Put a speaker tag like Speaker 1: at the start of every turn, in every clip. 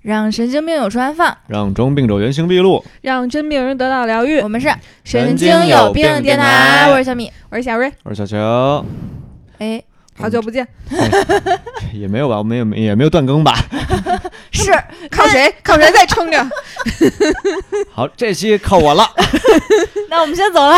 Speaker 1: 让神经病有处安放。
Speaker 2: 让装病者原形毕露。
Speaker 3: 让真病人得到疗愈
Speaker 1: 我。们是
Speaker 2: 神经
Speaker 1: 经
Speaker 2: 有
Speaker 1: 病
Speaker 2: 病
Speaker 1: 电
Speaker 2: 电
Speaker 1: 台，
Speaker 2: 台
Speaker 1: 我是小米。
Speaker 3: 我是小瑞，
Speaker 2: 我是小乔，
Speaker 1: 哎，
Speaker 2: 嗯
Speaker 3: 好久不 见，
Speaker 2: 也没有吧，我们也没也没有断更吧。
Speaker 1: 是
Speaker 3: 靠谁？靠谁在撑着？
Speaker 2: 好，这期靠我了。
Speaker 1: 那我们先走了。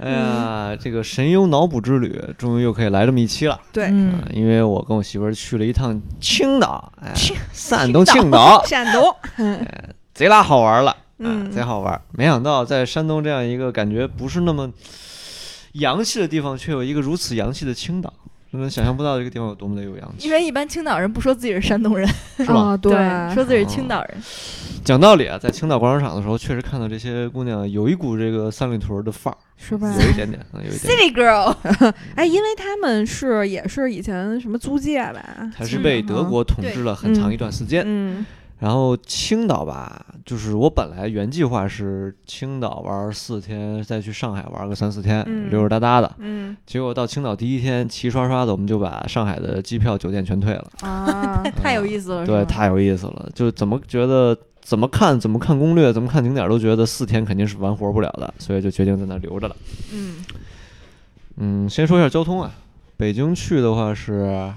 Speaker 2: 哎呀，这个神游脑补之旅终于又可以来这么一期了。
Speaker 3: 对，
Speaker 1: 嗯，
Speaker 2: 因为我跟我媳妇儿去了一趟青岛，哎
Speaker 1: 青，
Speaker 2: 山东青 岛，
Speaker 3: 山东，
Speaker 2: 贼拉好玩了，哎
Speaker 3: 嗯
Speaker 2: 贼好玩。没想到在山东这样一个感觉不是那么洋气的地方，却有一个如此洋气的青岛，真的想象不到这个地方有多么的有洋气
Speaker 1: 因，为一般青岛人不说自己是山东人，
Speaker 2: 是吧？
Speaker 3: 哦对
Speaker 1: 说自己是青岛人。
Speaker 2: 讲道理啊，在青岛广场的时候，确实看到这些姑娘有一股这个三里屯的范儿，
Speaker 3: 是吧？
Speaker 2: 有一点点，嗯有一点点。
Speaker 1: City girl，
Speaker 3: 哎，因为他们是也是以前什么租界吧，
Speaker 2: 还是被德国统治了很长一段时间。
Speaker 3: 嗯，
Speaker 2: 然后青岛吧，就是我本来原计划是青岛玩四天，再去上海玩个三四天，
Speaker 3: 嗯
Speaker 2: 溜溜达达的。
Speaker 3: 嗯
Speaker 2: 结果到青岛第一天，齐刷刷的我们就把上海的机票、酒店全退了。
Speaker 3: 啊，
Speaker 1: 太有意思了，是
Speaker 2: 对，
Speaker 1: 吧
Speaker 2: 太有意思了，就怎么觉得怎么看怎么看攻略，怎么看景点都觉得四天肯定是完活不了的，所以就决定在那儿留着了。
Speaker 3: 嗯，
Speaker 2: 嗯，先说一下交通啊，北京去的话是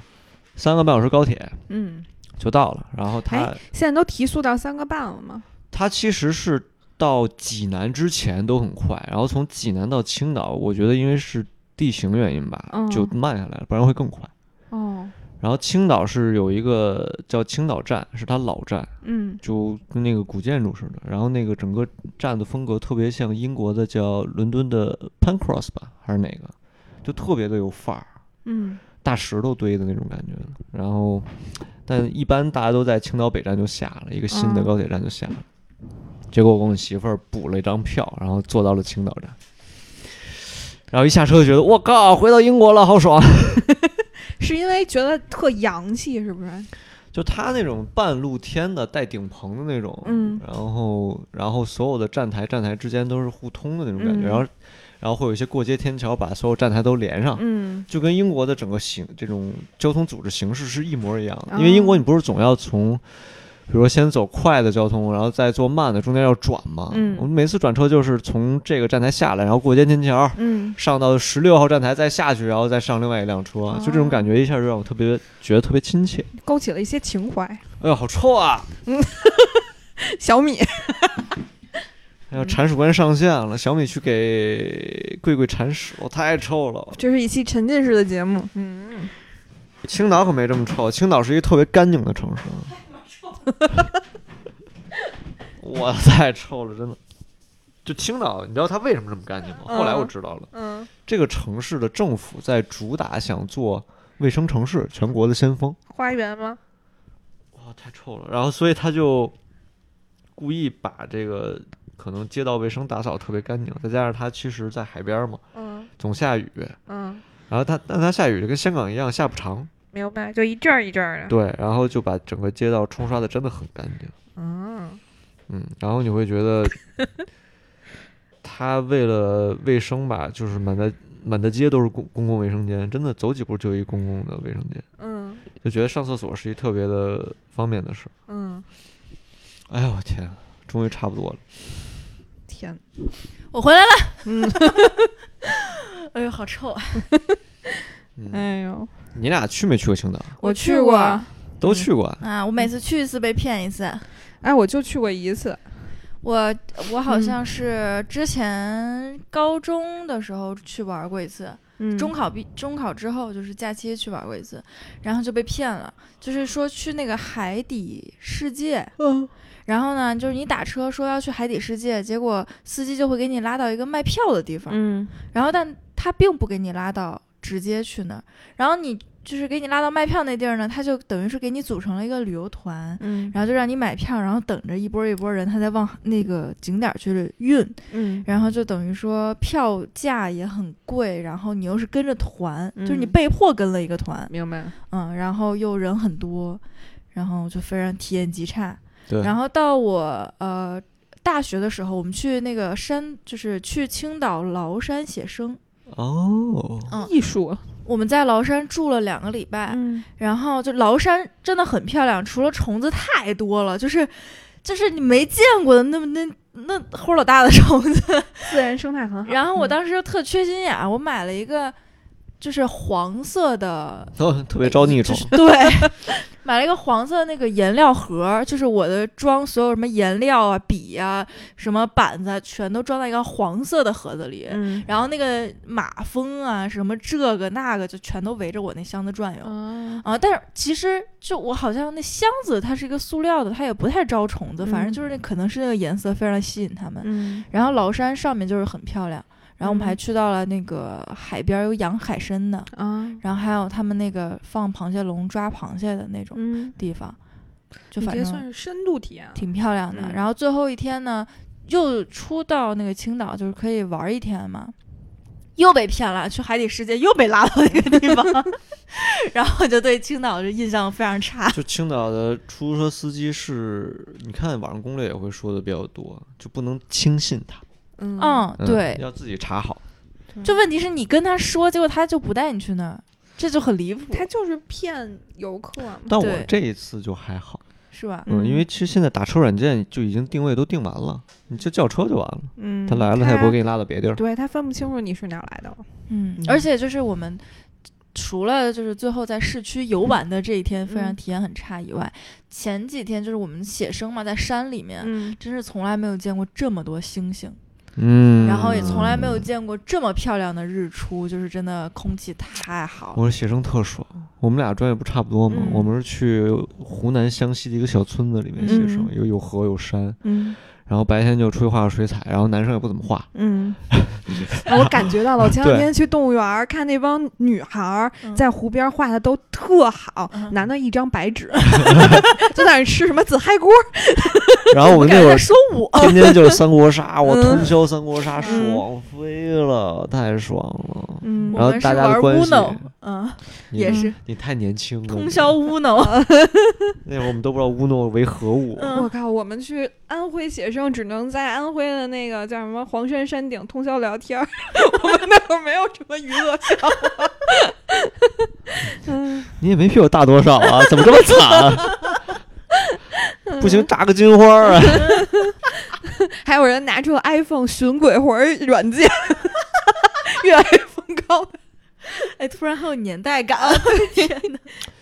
Speaker 2: 三个半小时高铁
Speaker 3: 嗯，
Speaker 2: 就到了，然后它
Speaker 3: 哎现在都提速到三个半了吗？
Speaker 2: 它其实是到济南之前都很快，然后从济南到青岛，我觉得因为是地形原因吧，
Speaker 3: 嗯
Speaker 2: 就慢下来了，不然会更快。
Speaker 3: 哦，
Speaker 2: 然后青岛是有一个叫青岛站，是它老站，
Speaker 3: 嗯，
Speaker 2: 就跟那个古建筑似的。然后那个整个站的风格特别像英国的叫伦敦的 Pancross 吧，还是哪个，就特别的有范儿。
Speaker 3: 嗯，
Speaker 2: 大石头堆的那种感觉。然后，但一般大家都在青岛北站就下了，一个新的
Speaker 3: 嗯
Speaker 2: 高铁站就下了。结果我跟我媳妇儿补了一张票，然后坐到了青岛站。然后一下车就觉得我靠，回到英国了，好爽！
Speaker 3: 是因为觉得特洋气，是不
Speaker 2: 啊
Speaker 3: 是？
Speaker 2: 就他那种半露天的带顶棚的那种，
Speaker 3: 嗯
Speaker 2: 然后然后所有的站台站台之间都是互通的那种感觉，
Speaker 3: 嗯
Speaker 2: 然后然后会有一些过街天桥把所有站台都连上，
Speaker 3: 嗯，
Speaker 2: 就跟英国的整个形这种交通组织形式是一模一样的，因为英国你不是总要从，比如说先走快的交通，然后再坐慢的，中间要转嘛。
Speaker 3: 嗯
Speaker 2: 我们每次转车就是从这个站台下来，然后过街天桥，
Speaker 3: 嗯，
Speaker 2: 上到十六号站台再下去，然后再上另外一辆车，就这种感觉一下就让我特别觉得特别亲切。
Speaker 3: 勾起了一些情怀。
Speaker 2: 哎呦，好臭啊！
Speaker 3: 小米，
Speaker 2: 哎呦，铲屎官上线了，小米去给贵贵铲屎，我太臭了。
Speaker 3: 这是一期沉浸式的节目。嗯，
Speaker 2: 青岛可没这么臭，青岛是一个特别干净的城 市。我太臭了，真的。就青岛，你知道它为什么这么干净吗？
Speaker 3: 嗯
Speaker 2: 后来我知道了，
Speaker 3: 嗯，
Speaker 2: 这个城市的政府在主打想做卫生城市，全国的先锋。
Speaker 3: 花园吗？
Speaker 2: 哇，太臭了！然后，所以他就故意把这个可能街道卫生打扫特别干净，再加上它其实在海边嘛，
Speaker 3: 嗯
Speaker 2: 总下雨，
Speaker 3: 嗯，
Speaker 2: 然后它但它下雨就跟香港一样下不长，
Speaker 3: 明白，就一阵儿一阵儿的。
Speaker 2: 对，然后就把整个街道冲刷的真的很干净。
Speaker 3: 嗯，
Speaker 2: 嗯，然后你会 觉得他为了卫生吧，就是满大满大街都是公公共卫生间，真的走几步就有一公共的卫生间，
Speaker 3: 嗯
Speaker 2: 就觉得上厕所是一特别的方便的事儿。
Speaker 3: 嗯，
Speaker 2: 哎呦我天啊，终于差不多了。
Speaker 3: 天，
Speaker 1: 我回来了。
Speaker 3: 嗯，
Speaker 1: 哎呦，好臭啊！
Speaker 2: 嗯，
Speaker 3: 哎呦，
Speaker 2: 你俩去没去过青岛？
Speaker 3: 我
Speaker 1: 去
Speaker 3: 去过
Speaker 2: 都去过啊。
Speaker 1: 啊，我每次去一次被骗一次。
Speaker 3: 哎，我就去过一次。
Speaker 1: 我我好
Speaker 3: 嗯
Speaker 1: 像是之前高中的时候去玩过一次，
Speaker 3: 嗯
Speaker 1: 中考毕中考之后就是假期去玩过一次，然后就被骗了，就是说去那个海底世界，
Speaker 3: 嗯
Speaker 1: 然后呢，就是你打车说要去海底世界，结果司机就会给你拉到一个卖票的地方，
Speaker 3: 嗯
Speaker 1: 然后但他并不给你拉到直接去那儿，然后你就是给你拉到卖票那地儿呢，他就等于是给你组成了一个旅游团。
Speaker 3: 嗯
Speaker 1: 然后就让你买票，然后等着一波一波人，他再往那个景点儿去运，
Speaker 3: 嗯
Speaker 1: 然后就等于说票价也很贵，然后你又是跟着团，就是你
Speaker 3: 嗯
Speaker 1: 被迫跟了一个团，
Speaker 3: 明白。
Speaker 1: 嗯，然后又人很多，然后就非常体验极差。
Speaker 2: 对
Speaker 1: 然后到我呃大学的时候，我们去那个山，就是去青岛崂山写生，
Speaker 2: 哦，
Speaker 3: 艺术，
Speaker 1: 我们在崂山住了两个礼拜，
Speaker 3: 嗯，
Speaker 1: 然后就崂山真的很漂亮，除了虫子太多了，就是就是你没见过的那么那那齁老大的虫子。
Speaker 3: 自然生态 很好。
Speaker 1: 然后我当时就特缺心眼儿，我买了一个就是黄色的，
Speaker 2: 哦，特别招腻
Speaker 1: 就
Speaker 2: 虫
Speaker 1: 是。对， 买了一个黄色的那个颜料盒儿，就是我的装所有什么颜料啊、笔啊、什么板子啊，全都装在一个黄色的盒子里。
Speaker 3: 嗯，
Speaker 1: 然后那个马蜂啊，什么这个那个，就全都围着我那箱子转悠。
Speaker 3: 哦，
Speaker 1: 啊，但是其实就我好像那箱子它是一个塑料的，它也不太招虫子，反正
Speaker 3: 嗯
Speaker 1: 就是那可能是那个颜色非常地吸引它们。
Speaker 3: 嗯，
Speaker 1: 然后崂山上面就是很漂亮，然后我们还
Speaker 3: 嗯
Speaker 1: 去到了那个海边儿有养海参的，
Speaker 3: 啊，
Speaker 1: 然后还有他们那个放螃蟹笼抓螃蟹的那种
Speaker 3: 嗯，
Speaker 1: 地方，就
Speaker 3: 你
Speaker 1: 反
Speaker 3: 这算
Speaker 1: 正
Speaker 3: 是深度体验了。
Speaker 1: 挺漂亮的。
Speaker 3: 嗯
Speaker 1: 然后最后一天呢，又出到那个青岛，就是可以玩一天嘛。又被骗了，去海底世界又被拉到那个 地方，然后就对青岛的印象非常差。
Speaker 2: 就青岛的出租车司机是，你看网上攻略也会说的比较多，就不能轻信他。
Speaker 3: 嗯
Speaker 1: 嗯，
Speaker 2: 嗯
Speaker 1: 对，
Speaker 2: 要自己查好。
Speaker 1: 就问题是你跟他说，结果他就不带你去那儿，这就很离谱，
Speaker 3: 他就是骗游客嘛。
Speaker 2: 但我
Speaker 1: 对
Speaker 2: 这一次就还好，
Speaker 1: 是吧？
Speaker 2: 嗯，因为
Speaker 3: 嗯
Speaker 2: 其实现在打车软件就已经定位都定完了，你就叫车就完了。
Speaker 3: 嗯，
Speaker 2: 他来了，他也不会给你拉到别地儿。
Speaker 3: 对他分不清楚你是哪儿来的。
Speaker 1: 嗯
Speaker 2: 嗯，
Speaker 1: 而且就是我们除了就是最后在市区游玩的这一天非常
Speaker 3: 嗯
Speaker 1: 体验很差以外，前几天就是我们写生嘛，在山里面。
Speaker 3: 嗯，
Speaker 1: 真是从来没有见过这么多星星，
Speaker 2: 嗯，
Speaker 1: 然后也从来没有见过这么漂亮的日出，就是真的空气太好了。
Speaker 2: 我说写生特爽，我们俩专业不差不多嘛，
Speaker 3: 嗯
Speaker 2: 我们是去湖南湘西的一个小村子里面写生，
Speaker 3: 嗯
Speaker 2: 有有河有山，
Speaker 3: 嗯
Speaker 2: 然后白天就出去画画水彩，然后男生也不怎么 画，
Speaker 3: 嗯，啊我感觉到了。我前两天去动物园儿看那帮女孩儿
Speaker 1: 嗯
Speaker 3: 在湖边画的都特好，
Speaker 1: 嗯
Speaker 3: 男的一张白 纸， 就在那儿吃什么紫嗨锅。
Speaker 2: 然后我
Speaker 1: 感觉
Speaker 2: 那会
Speaker 1: 在
Speaker 2: 儿
Speaker 1: 说我，
Speaker 2: 天天就是三国杀，我
Speaker 3: 嗯
Speaker 2: 通宵三国杀，
Speaker 3: 嗯
Speaker 2: 爽飞了，太爽了。
Speaker 3: 嗯
Speaker 2: 然后
Speaker 1: 我们是
Speaker 2: 大家
Speaker 1: 玩
Speaker 2: 的关系
Speaker 1: Uno，嗯，
Speaker 2: 你
Speaker 1: 也是
Speaker 2: 你太年轻了，
Speaker 1: 通宵 Uno，
Speaker 2: 那会儿我们都不知道乌诺为何物，
Speaker 1: 嗯
Speaker 3: 嗯我靠，我们去安徽写生，只能在安徽的那个叫什么黄山山顶通宵聊天儿。 我们那会儿没有什么娱乐项目。嗯，
Speaker 2: 你也没比我大多少 啊，怎么这么惨？啊
Speaker 1: 嗯
Speaker 2: 不行，炸个金花儿啊！
Speaker 3: 还有人拿出了 iPhone 寻鬼魂儿软件， 越来越风高。
Speaker 1: 哎，突然很有年代感，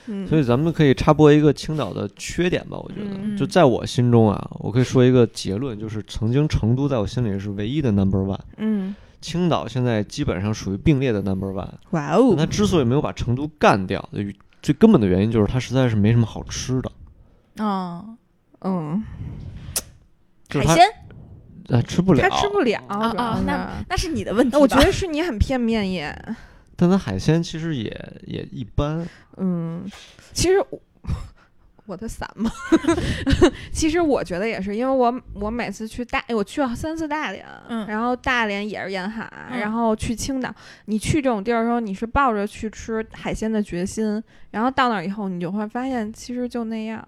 Speaker 3: 嗯，
Speaker 2: 所以咱们可以插播一个青岛的缺点吧，我觉得，
Speaker 3: 嗯
Speaker 2: 就在我心中啊，我可以说一个结论，就是曾经成都在我心里是唯一的 number one，
Speaker 3: 嗯，
Speaker 2: 青岛现在基本上属于并列的 number one。
Speaker 3: 哇
Speaker 2: 但
Speaker 3: 哦，
Speaker 2: 它之所以没有把成都干掉的原，最根本的原因就是它实在是没什么好吃的，
Speaker 1: 嗯，
Speaker 3: 嗯，
Speaker 2: 就是
Speaker 1: 海
Speaker 2: 它
Speaker 1: 鲜
Speaker 2: 呃吃不了，
Speaker 3: 他吃不了，
Speaker 1: 啊
Speaker 3: 主要
Speaker 1: 啊
Speaker 3: 是
Speaker 1: 那那是你的问题吧，
Speaker 3: 那我觉得是你很片面耶。
Speaker 2: 但它海鲜其实也也一般。
Speaker 3: 嗯，其实我 我的伞嘛， 其实我觉得也是，因为我我每次去大，哎我去了三次大连，
Speaker 1: 嗯
Speaker 3: 然后大连也是沿海，
Speaker 1: 嗯
Speaker 3: 然后去青岛，你去这种地儿的时候，你是抱着去吃海鲜的决心，然后到那儿以后，你就会发现其实就那样。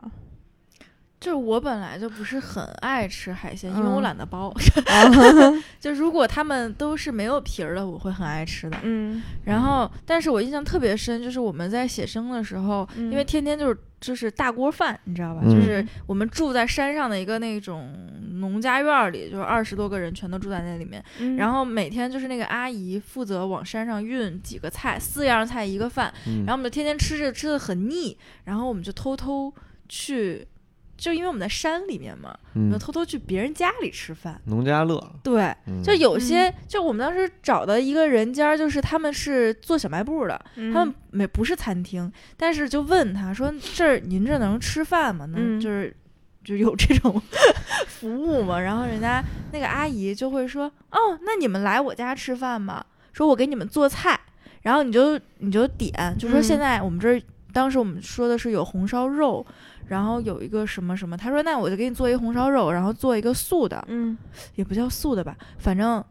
Speaker 1: 就是我本来就不是很爱吃海鲜，因为我
Speaker 3: 嗯
Speaker 1: 懒得 剥。
Speaker 3: 嗯
Speaker 1: 就如果他们都是没有皮儿的，我会很爱吃的。
Speaker 3: 嗯
Speaker 1: 然后，但是我印象特别深，就是我们在写生的时候，因为
Speaker 3: 嗯
Speaker 1: 天天就是就是大锅饭，你知道吧？
Speaker 2: 嗯
Speaker 1: 就是我们住在山上的一个那种农家院儿里，就是二十多个人全都住在那里面。
Speaker 3: 嗯
Speaker 1: 然后每天就是那个阿姨负责往山上运几个菜，四样菜一个饭，
Speaker 2: 嗯
Speaker 1: 然后我们就天天吃着吃的很腻，然后我们就偷偷去，就因为我们在山里面嘛，我们
Speaker 2: 嗯
Speaker 1: 就，偷偷去别人家里吃饭。
Speaker 2: 农家乐，
Speaker 1: 对，
Speaker 2: 嗯
Speaker 1: 就有些、就我们当时找的一个人家，就是他们是做小卖部的，
Speaker 3: 嗯
Speaker 1: 他们没不是餐厅，但是就问他说：“这儿您这能吃饭吗？能、
Speaker 3: 嗯
Speaker 1: 就是就有这种 服务吗？”然后人家那个阿姨就会说：“哦，那你们来我家吃饭吧，说我给你们做菜，然后你就你就点，就说
Speaker 3: 嗯
Speaker 1: 现在我们这儿、当时我们说的是有红烧肉。”然后有一个什么什么，他说那我就给你做一红烧肉，然后做一个素的，
Speaker 3: 嗯
Speaker 1: 也不叫素的吧，反正，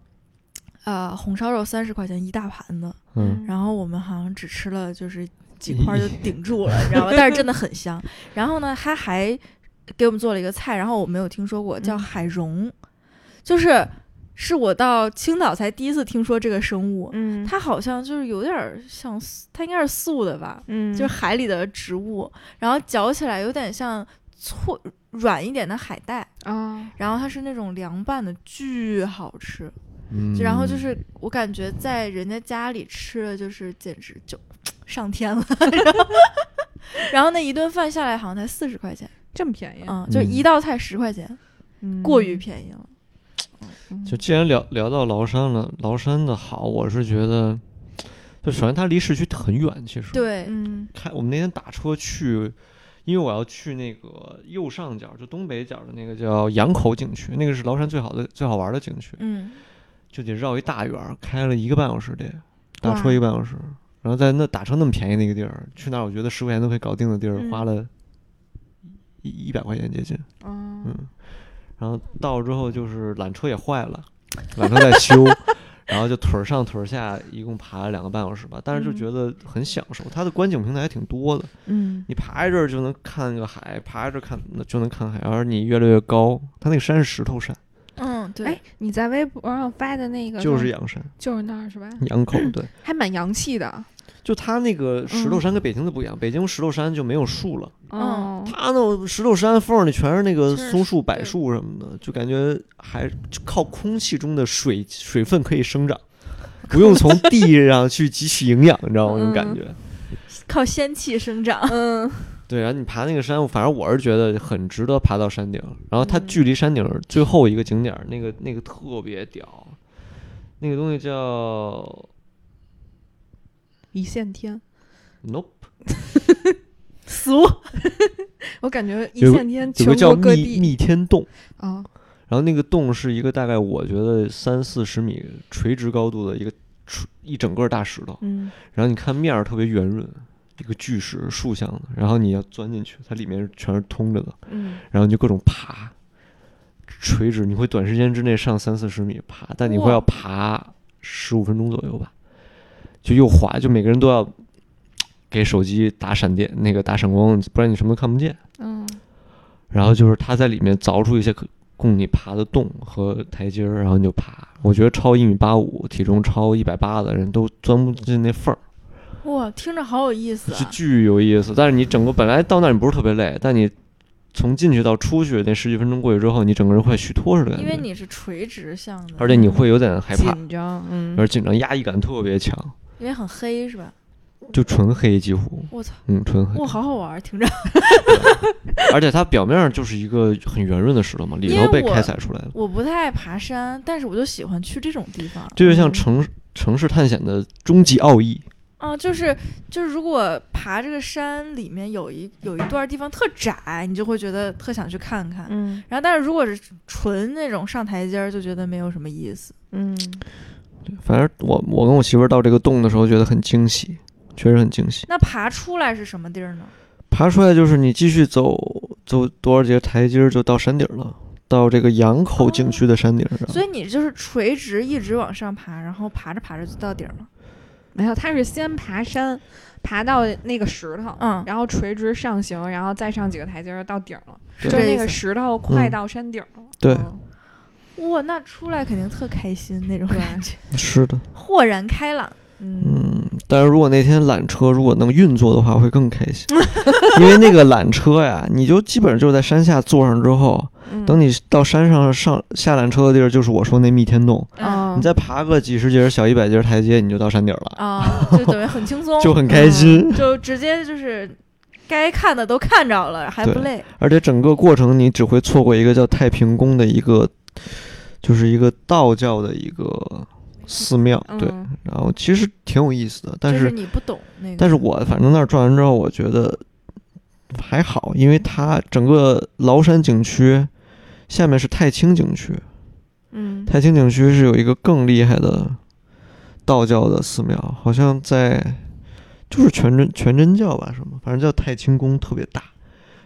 Speaker 1: 呃，红烧肉三十块钱一大盘子，
Speaker 2: 嗯，
Speaker 1: 然后我们好像只吃了就是几块儿 就顶住了，你知道吧？但是真的很香。然后呢，他还给我们做了一个菜，然后我没有听说过，叫
Speaker 3: 嗯
Speaker 1: 海蓉，就是是我到青岛才第一次听说这个生物。
Speaker 3: 嗯
Speaker 1: 它好像就是有点儿像丝，它应该是素的吧，
Speaker 3: 嗯
Speaker 1: 就是海里的植物，然后嚼起来有点像脆软一点的海带，
Speaker 3: 啊，
Speaker 1: 然后它是那种凉拌的，巨好吃。
Speaker 2: 嗯
Speaker 1: 就然后就是我感觉在人家家里吃的，就是简直就上天 了。 然后那一顿饭下来好像才四十块钱，
Speaker 3: 这么便宜，
Speaker 1: 嗯，就一道菜十块钱，
Speaker 3: 嗯
Speaker 1: 过于便宜了。
Speaker 2: 嗯就既然聊聊到崂山了，崂山的好，我是觉得，就首先它离市区很远，其实。。
Speaker 1: 对，
Speaker 3: 嗯
Speaker 2: 开我们那天打车去，因为我要去那个右上角，就东北角的那个叫羊口景区，那个是崂山最好的、最好玩的景区，
Speaker 1: 嗯，
Speaker 2: 就得绕一大圆儿，开了一个半小时得，打车
Speaker 3: 哇
Speaker 2: 一个半小时，然后在那打车那么便宜的一个地儿，去那儿我觉得十块钱都可以搞定的地儿，
Speaker 1: 嗯
Speaker 2: 花了一一百块钱接近，
Speaker 3: 啊
Speaker 2: 嗯，然后到了之后就是缆车也坏了，缆车在修。 然后就腿儿上腿儿下，一共爬了两个半小时吧，但是就
Speaker 3: 嗯
Speaker 2: 觉得很享受。它的观景平台还挺多的，
Speaker 3: 嗯
Speaker 2: 你爬一阵儿就能看个海，爬一阵儿看就能看海，而你越来越高，它那个山是石头山，
Speaker 1: 嗯，对，
Speaker 3: 哎，你在微博上发的那个
Speaker 2: 就是阳山，
Speaker 3: 就是那儿是吧？
Speaker 2: 羊口 对，
Speaker 3: 嗯还蛮洋气的
Speaker 2: 就它那个石头山跟北京的不一样，北京石头山就没有树了，
Speaker 3: 哦，
Speaker 2: 它那石头山缝儿里全是那个
Speaker 1: 全是
Speaker 2: 松树、
Speaker 1: 树
Speaker 2: 柏
Speaker 1: 对
Speaker 2: 树什么的，就感觉还就靠空气中的水水分可以生 长，不用从地上去汲取营养，你知道吗？那种感
Speaker 3: 嗯
Speaker 2: 觉。
Speaker 1: 靠仙气生长。
Speaker 3: 嗯
Speaker 2: 对，然后你爬那个山，反正我是觉得很值得爬到山顶。然后它
Speaker 1: 嗯
Speaker 2: 距离山顶最后一个景点儿，那个那个特别屌，那个东西叫
Speaker 3: 一线天，
Speaker 2: Nope，
Speaker 1: 俗，
Speaker 3: 我感觉一
Speaker 2: 有个
Speaker 3: 线天
Speaker 2: 有
Speaker 3: 全
Speaker 2: 个叫
Speaker 3: 国各
Speaker 2: 密
Speaker 3: 地
Speaker 2: 密天洞。
Speaker 3: 啊，
Speaker 2: 然后那个洞是一个大概我觉得三四十米垂直高度的一个垂一整个大石头，
Speaker 3: 嗯
Speaker 2: 然后你看面儿特别圆润，一个巨石竖向的，然后你要钻进去，它里面全是通着的，
Speaker 3: 嗯，
Speaker 2: 然后你就各种爬，垂直，你会短时间之内上三四十米爬，但你会
Speaker 1: 哇
Speaker 2: 要爬十五分钟左右吧，就又滑，就每个人都要给手机打闪电，那个打闪光，不然你什么都看不见。
Speaker 3: 嗯
Speaker 2: 然后就是它在里面凿出一些可供你爬的洞和台阶儿，然后你就爬。我觉得超一米八五、体重超一百八的人都钻不进那缝儿，
Speaker 1: 哇，听着好有意思
Speaker 2: 就
Speaker 1: 啊！
Speaker 2: 巨有意思。但是你整个本来到那儿你不是特别累，但你从进去到出去那十几分钟过去之后，你整个人快虚脱似的感觉。
Speaker 1: 因为你是垂直向的，
Speaker 2: 而且你会有点害怕，
Speaker 3: 紧张，嗯
Speaker 2: 有点紧张，压抑感特别强，
Speaker 1: 因为很黑是吧？
Speaker 2: 就纯黑几乎。
Speaker 1: 我操，
Speaker 2: 嗯，纯黑
Speaker 1: 哇，，好好玩儿，听着。
Speaker 2: 而且它表面上就是一个很圆润的石头嘛，里
Speaker 1: 因
Speaker 2: 头
Speaker 1: 为
Speaker 2: 被
Speaker 1: 我
Speaker 2: 开采出来了，
Speaker 1: 我不太爱爬山，但是我就喜欢去这种地方。
Speaker 2: 这就像
Speaker 3: 嗯
Speaker 2: 城城市探险的终极奥义。
Speaker 1: 啊，就是就是，如果爬这个山里面有一有一段地方特窄，你就会觉得特想去看看。
Speaker 3: 嗯
Speaker 1: 然后，但是如果是纯那种上台阶儿，就觉得没有什么意思。
Speaker 3: 嗯
Speaker 2: 反正我我跟我媳妇儿到这个洞的时候觉得很惊喜，确实很惊喜。
Speaker 1: 那爬出来是什么地儿呢？
Speaker 2: 爬出来就是你继续走走多少节台阶儿就到山顶了，到这个羊口景区的山顶上。
Speaker 1: 所以你就是垂直一直往上爬，然后爬着爬着就到顶儿了。
Speaker 3: 没有，他是先爬山，爬到那个石头，
Speaker 1: 嗯
Speaker 3: 然后垂直上行，然后再上几个台阶儿到顶儿了，
Speaker 2: 对
Speaker 3: 就是
Speaker 1: 这
Speaker 3: 那
Speaker 1: 意
Speaker 3: 个
Speaker 1: 思
Speaker 3: 石头快
Speaker 2: 嗯
Speaker 3: 到山顶儿了。
Speaker 2: 对
Speaker 3: 嗯
Speaker 1: 哇，那出来肯定特开心那种
Speaker 3: 对
Speaker 1: 感觉，
Speaker 2: 是的，
Speaker 1: 豁然开朗。
Speaker 3: 嗯
Speaker 2: 嗯。但是如果那天缆车如果能运作的话，会更开 心，因为那个缆车呀，你就基本上就是在山下坐上之后，
Speaker 3: 嗯，
Speaker 2: 等你到山上上下缆车的地儿，就是我说那密天洞，
Speaker 3: 嗯，
Speaker 2: 你再爬个几十节儿小一百节儿台阶，你就到山顶了，
Speaker 1: 啊，就等于很轻松，
Speaker 2: 就很开
Speaker 3: 嗯
Speaker 2: 心。
Speaker 1: 就直接就是该看的都看着了，还不
Speaker 2: 对
Speaker 1: 累。
Speaker 2: 而且整个过程你只会错过一个叫太平宫的一个，就是一个道教的一个寺庙，对。
Speaker 3: 嗯
Speaker 2: 然后其实挺有意思的，但、
Speaker 1: 就是你不懂那个，
Speaker 2: 但是我反正那儿转完之后，我觉得还好，因为它整个崂山景区下面是太清景区，
Speaker 3: 嗯
Speaker 2: 太清景区是有一个更厉害的道教的寺庙，好像在就是全真全真教吧，什么，反正叫太清宫，特别大，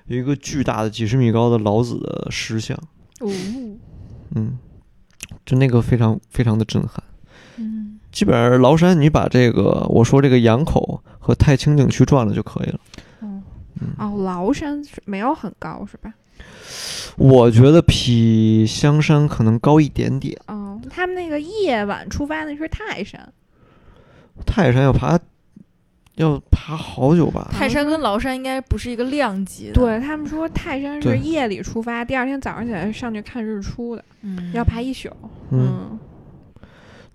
Speaker 2: 有一个巨大的几十米高的老子的石像，
Speaker 3: 哦
Speaker 2: 嗯，就那个非常非常的震撼。
Speaker 3: 嗯，
Speaker 2: 基本上崂山，你把这个我说这个羊口和太清景区转了就可以了。
Speaker 3: 哦
Speaker 2: 嗯，
Speaker 3: 哦，崂山是没有很高是吧？
Speaker 2: 我觉得比香山可能高一点点，
Speaker 3: 哦，
Speaker 2: 的。
Speaker 3: 他们那个夜晚出发那是泰山，
Speaker 2: 泰山要爬，要爬好久吧？
Speaker 1: 泰山跟崂山应该不是一个量级的，，
Speaker 3: 对他们说泰山是
Speaker 2: 对
Speaker 3: 夜里出发，第二天早上起来上去看日出的，
Speaker 1: 嗯，
Speaker 3: 要爬一宿。
Speaker 2: 嗯，
Speaker 3: 嗯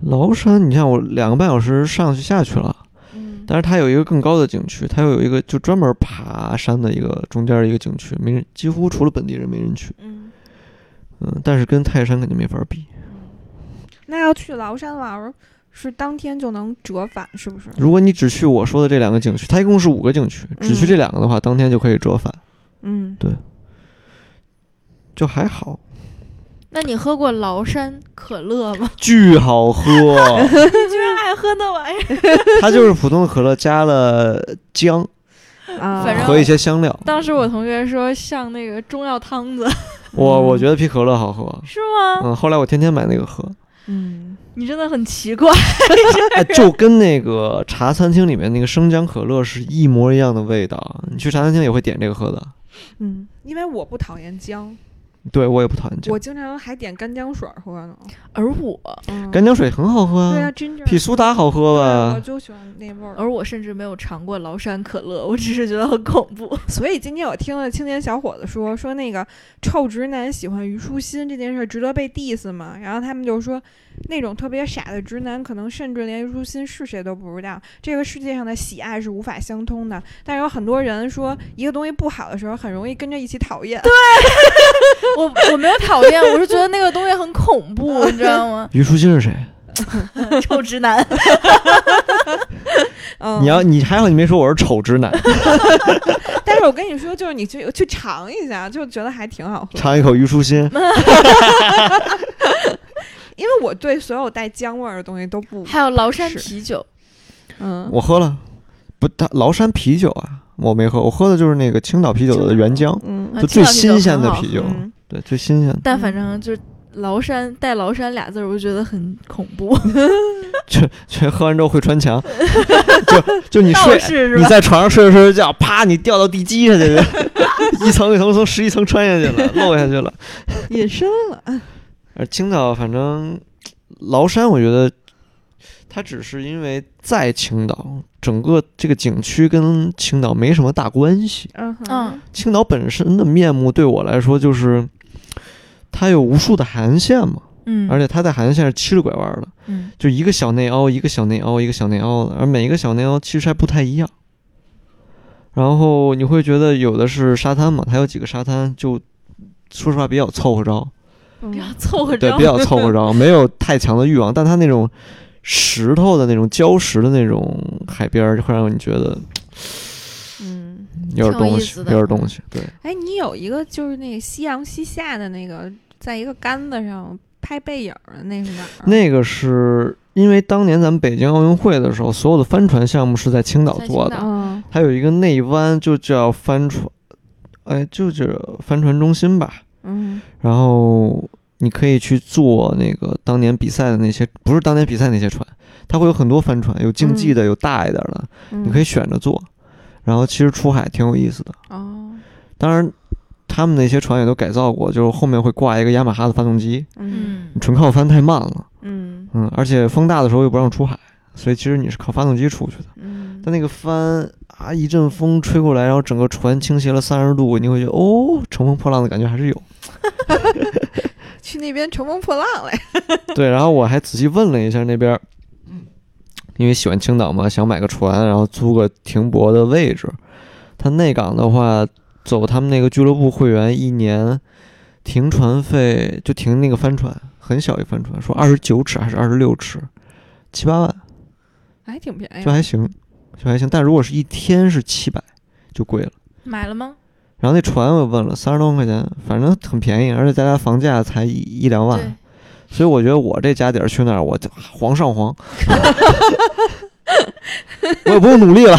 Speaker 2: 崂山，你像我两个半小时上去下去了，
Speaker 3: 嗯
Speaker 2: 但是它有一个更高的景区，它又有一个就专门爬山的一个中间的一个景区，没人，几乎除了本地人没人去。
Speaker 3: 嗯，
Speaker 2: 嗯，但是跟泰山肯定没法比。
Speaker 3: 那要去崂山玩儿，是当天就能折返，是不是？
Speaker 2: 如果你只去我说的这两个景区，它一共是五个景区，只去
Speaker 3: 嗯
Speaker 2: 这两个的话，当天就可以折返，
Speaker 3: 嗯，
Speaker 2: 就还好，
Speaker 1: 那你喝过崂山可乐吗？
Speaker 2: 巨好 喝。
Speaker 1: 你居 然爱喝那玩意儿！
Speaker 2: 它就是普通的可乐加了姜
Speaker 3: 啊，
Speaker 1: 反正
Speaker 2: 和一些香料。
Speaker 1: 当时我同学说像那个中药汤子，
Speaker 2: 我我觉得比可乐好喝。
Speaker 1: 是吗？
Speaker 2: 嗯，后来我天天买那个喝，
Speaker 3: 嗯，
Speaker 1: 你真的很奇怪。
Speaker 2: 哎，就跟那个茶餐厅里面那个生姜可乐是一模一样的味道。啊你去茶餐厅也会点这个喝的。
Speaker 3: 嗯，因为我不讨厌姜，
Speaker 2: 对我也不讨厌姜
Speaker 3: 我，经常还点干姜水儿喝呢。
Speaker 1: 而我，
Speaker 3: 嗯，
Speaker 2: 干姜啊水很好喝
Speaker 3: 对啊，
Speaker 2: 啊，
Speaker 3: 真正
Speaker 2: 比苏打好喝
Speaker 3: 我
Speaker 2: 吧？
Speaker 3: 就喜欢那味儿。
Speaker 1: 而我甚至没有尝过崂山可乐，我只是觉得很恐怖。
Speaker 3: 所以今天我听了青年小伙子说说那个臭直男喜欢虞书欣这件事儿值得被 diss 吗？然后他们就说，那种特别傻的直男，可能甚至连虞书欣是谁都不知道。这个世界上的喜爱是无法相通的。但是有很多人说，一个东西不好的时候，很容易跟着一起讨厌。对，
Speaker 1: 我我没有讨厌，我是觉得那个东西很恐怖，你知道 吗？
Speaker 2: 虞书欣是谁？
Speaker 1: 臭直 男，
Speaker 3: 嗯，
Speaker 2: 你要你还好，你没说我是丑直男，
Speaker 3: 但是我跟你说，就是你去去尝一下，就觉得还挺好喝。
Speaker 2: 尝一口虞书欣。
Speaker 3: 因为我对所有带姜味儿的东西都不，
Speaker 1: 还有崂山
Speaker 3: 是
Speaker 1: 啤酒，
Speaker 3: 嗯，
Speaker 2: 我喝了，不，它崂山啤酒啊，我没喝，我喝的就是那个青岛啤酒的原浆，
Speaker 3: 嗯
Speaker 1: 啊
Speaker 2: 就最
Speaker 1: 青岛啤酒
Speaker 2: 新鲜的
Speaker 1: 很好
Speaker 2: 啤酒，
Speaker 3: 嗯，
Speaker 2: 对，最新鲜的。
Speaker 1: 但反正就是崂山带“崂山”俩字儿，我就觉得很恐怖。
Speaker 2: 全全喝完之后会穿墙，就就你
Speaker 1: 道
Speaker 2: 睡，
Speaker 1: 士是
Speaker 2: 你
Speaker 1: 吧？
Speaker 2: 在床上睡着睡着觉，啪，你掉到地基下去了， 一层一层从十一层穿下去了，漏下去了。
Speaker 3: 隐身了，
Speaker 2: 而青岛，反正崂山，我觉得它只是因为在青岛，整个这个景区跟青岛没什么大关系。
Speaker 3: 嗯
Speaker 1: 嗯
Speaker 3: 哼，
Speaker 2: 青岛本身的面目对我来说就是，它有无数的韩线嘛，
Speaker 1: 嗯，
Speaker 2: 而且它在韩线是七里拐弯的。
Speaker 1: 嗯
Speaker 2: 就一个小内凹，一个小内凹，一个小内凹的，而每一个小内凹其实还不太一样。然后你会觉得有的是沙滩嘛，它有几个沙滩，就说实话比较凑合着，
Speaker 1: 比较
Speaker 3: 嗯
Speaker 1: 凑合
Speaker 2: 对
Speaker 1: 着，，
Speaker 2: 比较凑 合着，没有太强的欲望。但它那种石头的那种礁石的那种海边儿，就会让你觉得
Speaker 3: 嗯。
Speaker 2: 有点
Speaker 1: 挺有
Speaker 2: 东
Speaker 1: 意
Speaker 2: 西，
Speaker 1: 思
Speaker 2: 有
Speaker 1: 的嗯
Speaker 2: 点东西。对，
Speaker 3: 哎，你有一个就是那个夕阳西下的那个，在一个杆子上拍背影儿的那是哪儿啊？
Speaker 2: 那个是因为当年咱们北京奥运会的时候，所有的帆船项目是在青岛
Speaker 1: 在青
Speaker 2: 做的
Speaker 1: 岛，
Speaker 3: 嗯
Speaker 2: 它有一个内湾，就叫帆船，哎，就叫帆船中心吧。
Speaker 3: 嗯
Speaker 2: 然后你可以去坐那个当年比赛的那些，不是当年比赛那些船，它会有很多帆船，有竞技的，有大一点的，
Speaker 3: 嗯，
Speaker 2: 你可
Speaker 3: 以
Speaker 2: 以选着坐。然后其实出海挺有意思的，
Speaker 3: 哦，
Speaker 2: 当然他们那些船也都改造过，就是后面会挂一个雅马哈的发动机，
Speaker 3: 嗯
Speaker 1: 嗯
Speaker 2: 你纯靠帆太慢了，
Speaker 3: 嗯
Speaker 2: 嗯，而且风大的时候又不让出海，所以其实你是靠发动机出去的。
Speaker 3: 嗯
Speaker 2: 但那个帆啊，一阵风吹过来，然后整个船倾斜了三十度，你会觉得哦，乘风破浪的感觉还是有。
Speaker 3: 去那边乘风破浪来，
Speaker 2: 对，然后我还仔细问了一下那边儿，因为喜欢青岛嘛，想买个船，然后租个停泊的位置。他内港的话，走他们那个俱乐部会员一年停船费就停那个帆船，很小一帆船，说二十九尺还是二十六尺，七八万
Speaker 3: 还挺便宜
Speaker 2: 就
Speaker 3: 的。
Speaker 2: 还行，就还行。但如果是一天是七百，就贵了。
Speaker 1: 买了吗？
Speaker 2: 然后那船我问了三十多万块钱，反正很便宜，而且大家房价才一一两万
Speaker 1: 对，，
Speaker 2: 所以我觉得我这家底儿去那儿，我就皇上 皇，我也不用努力了。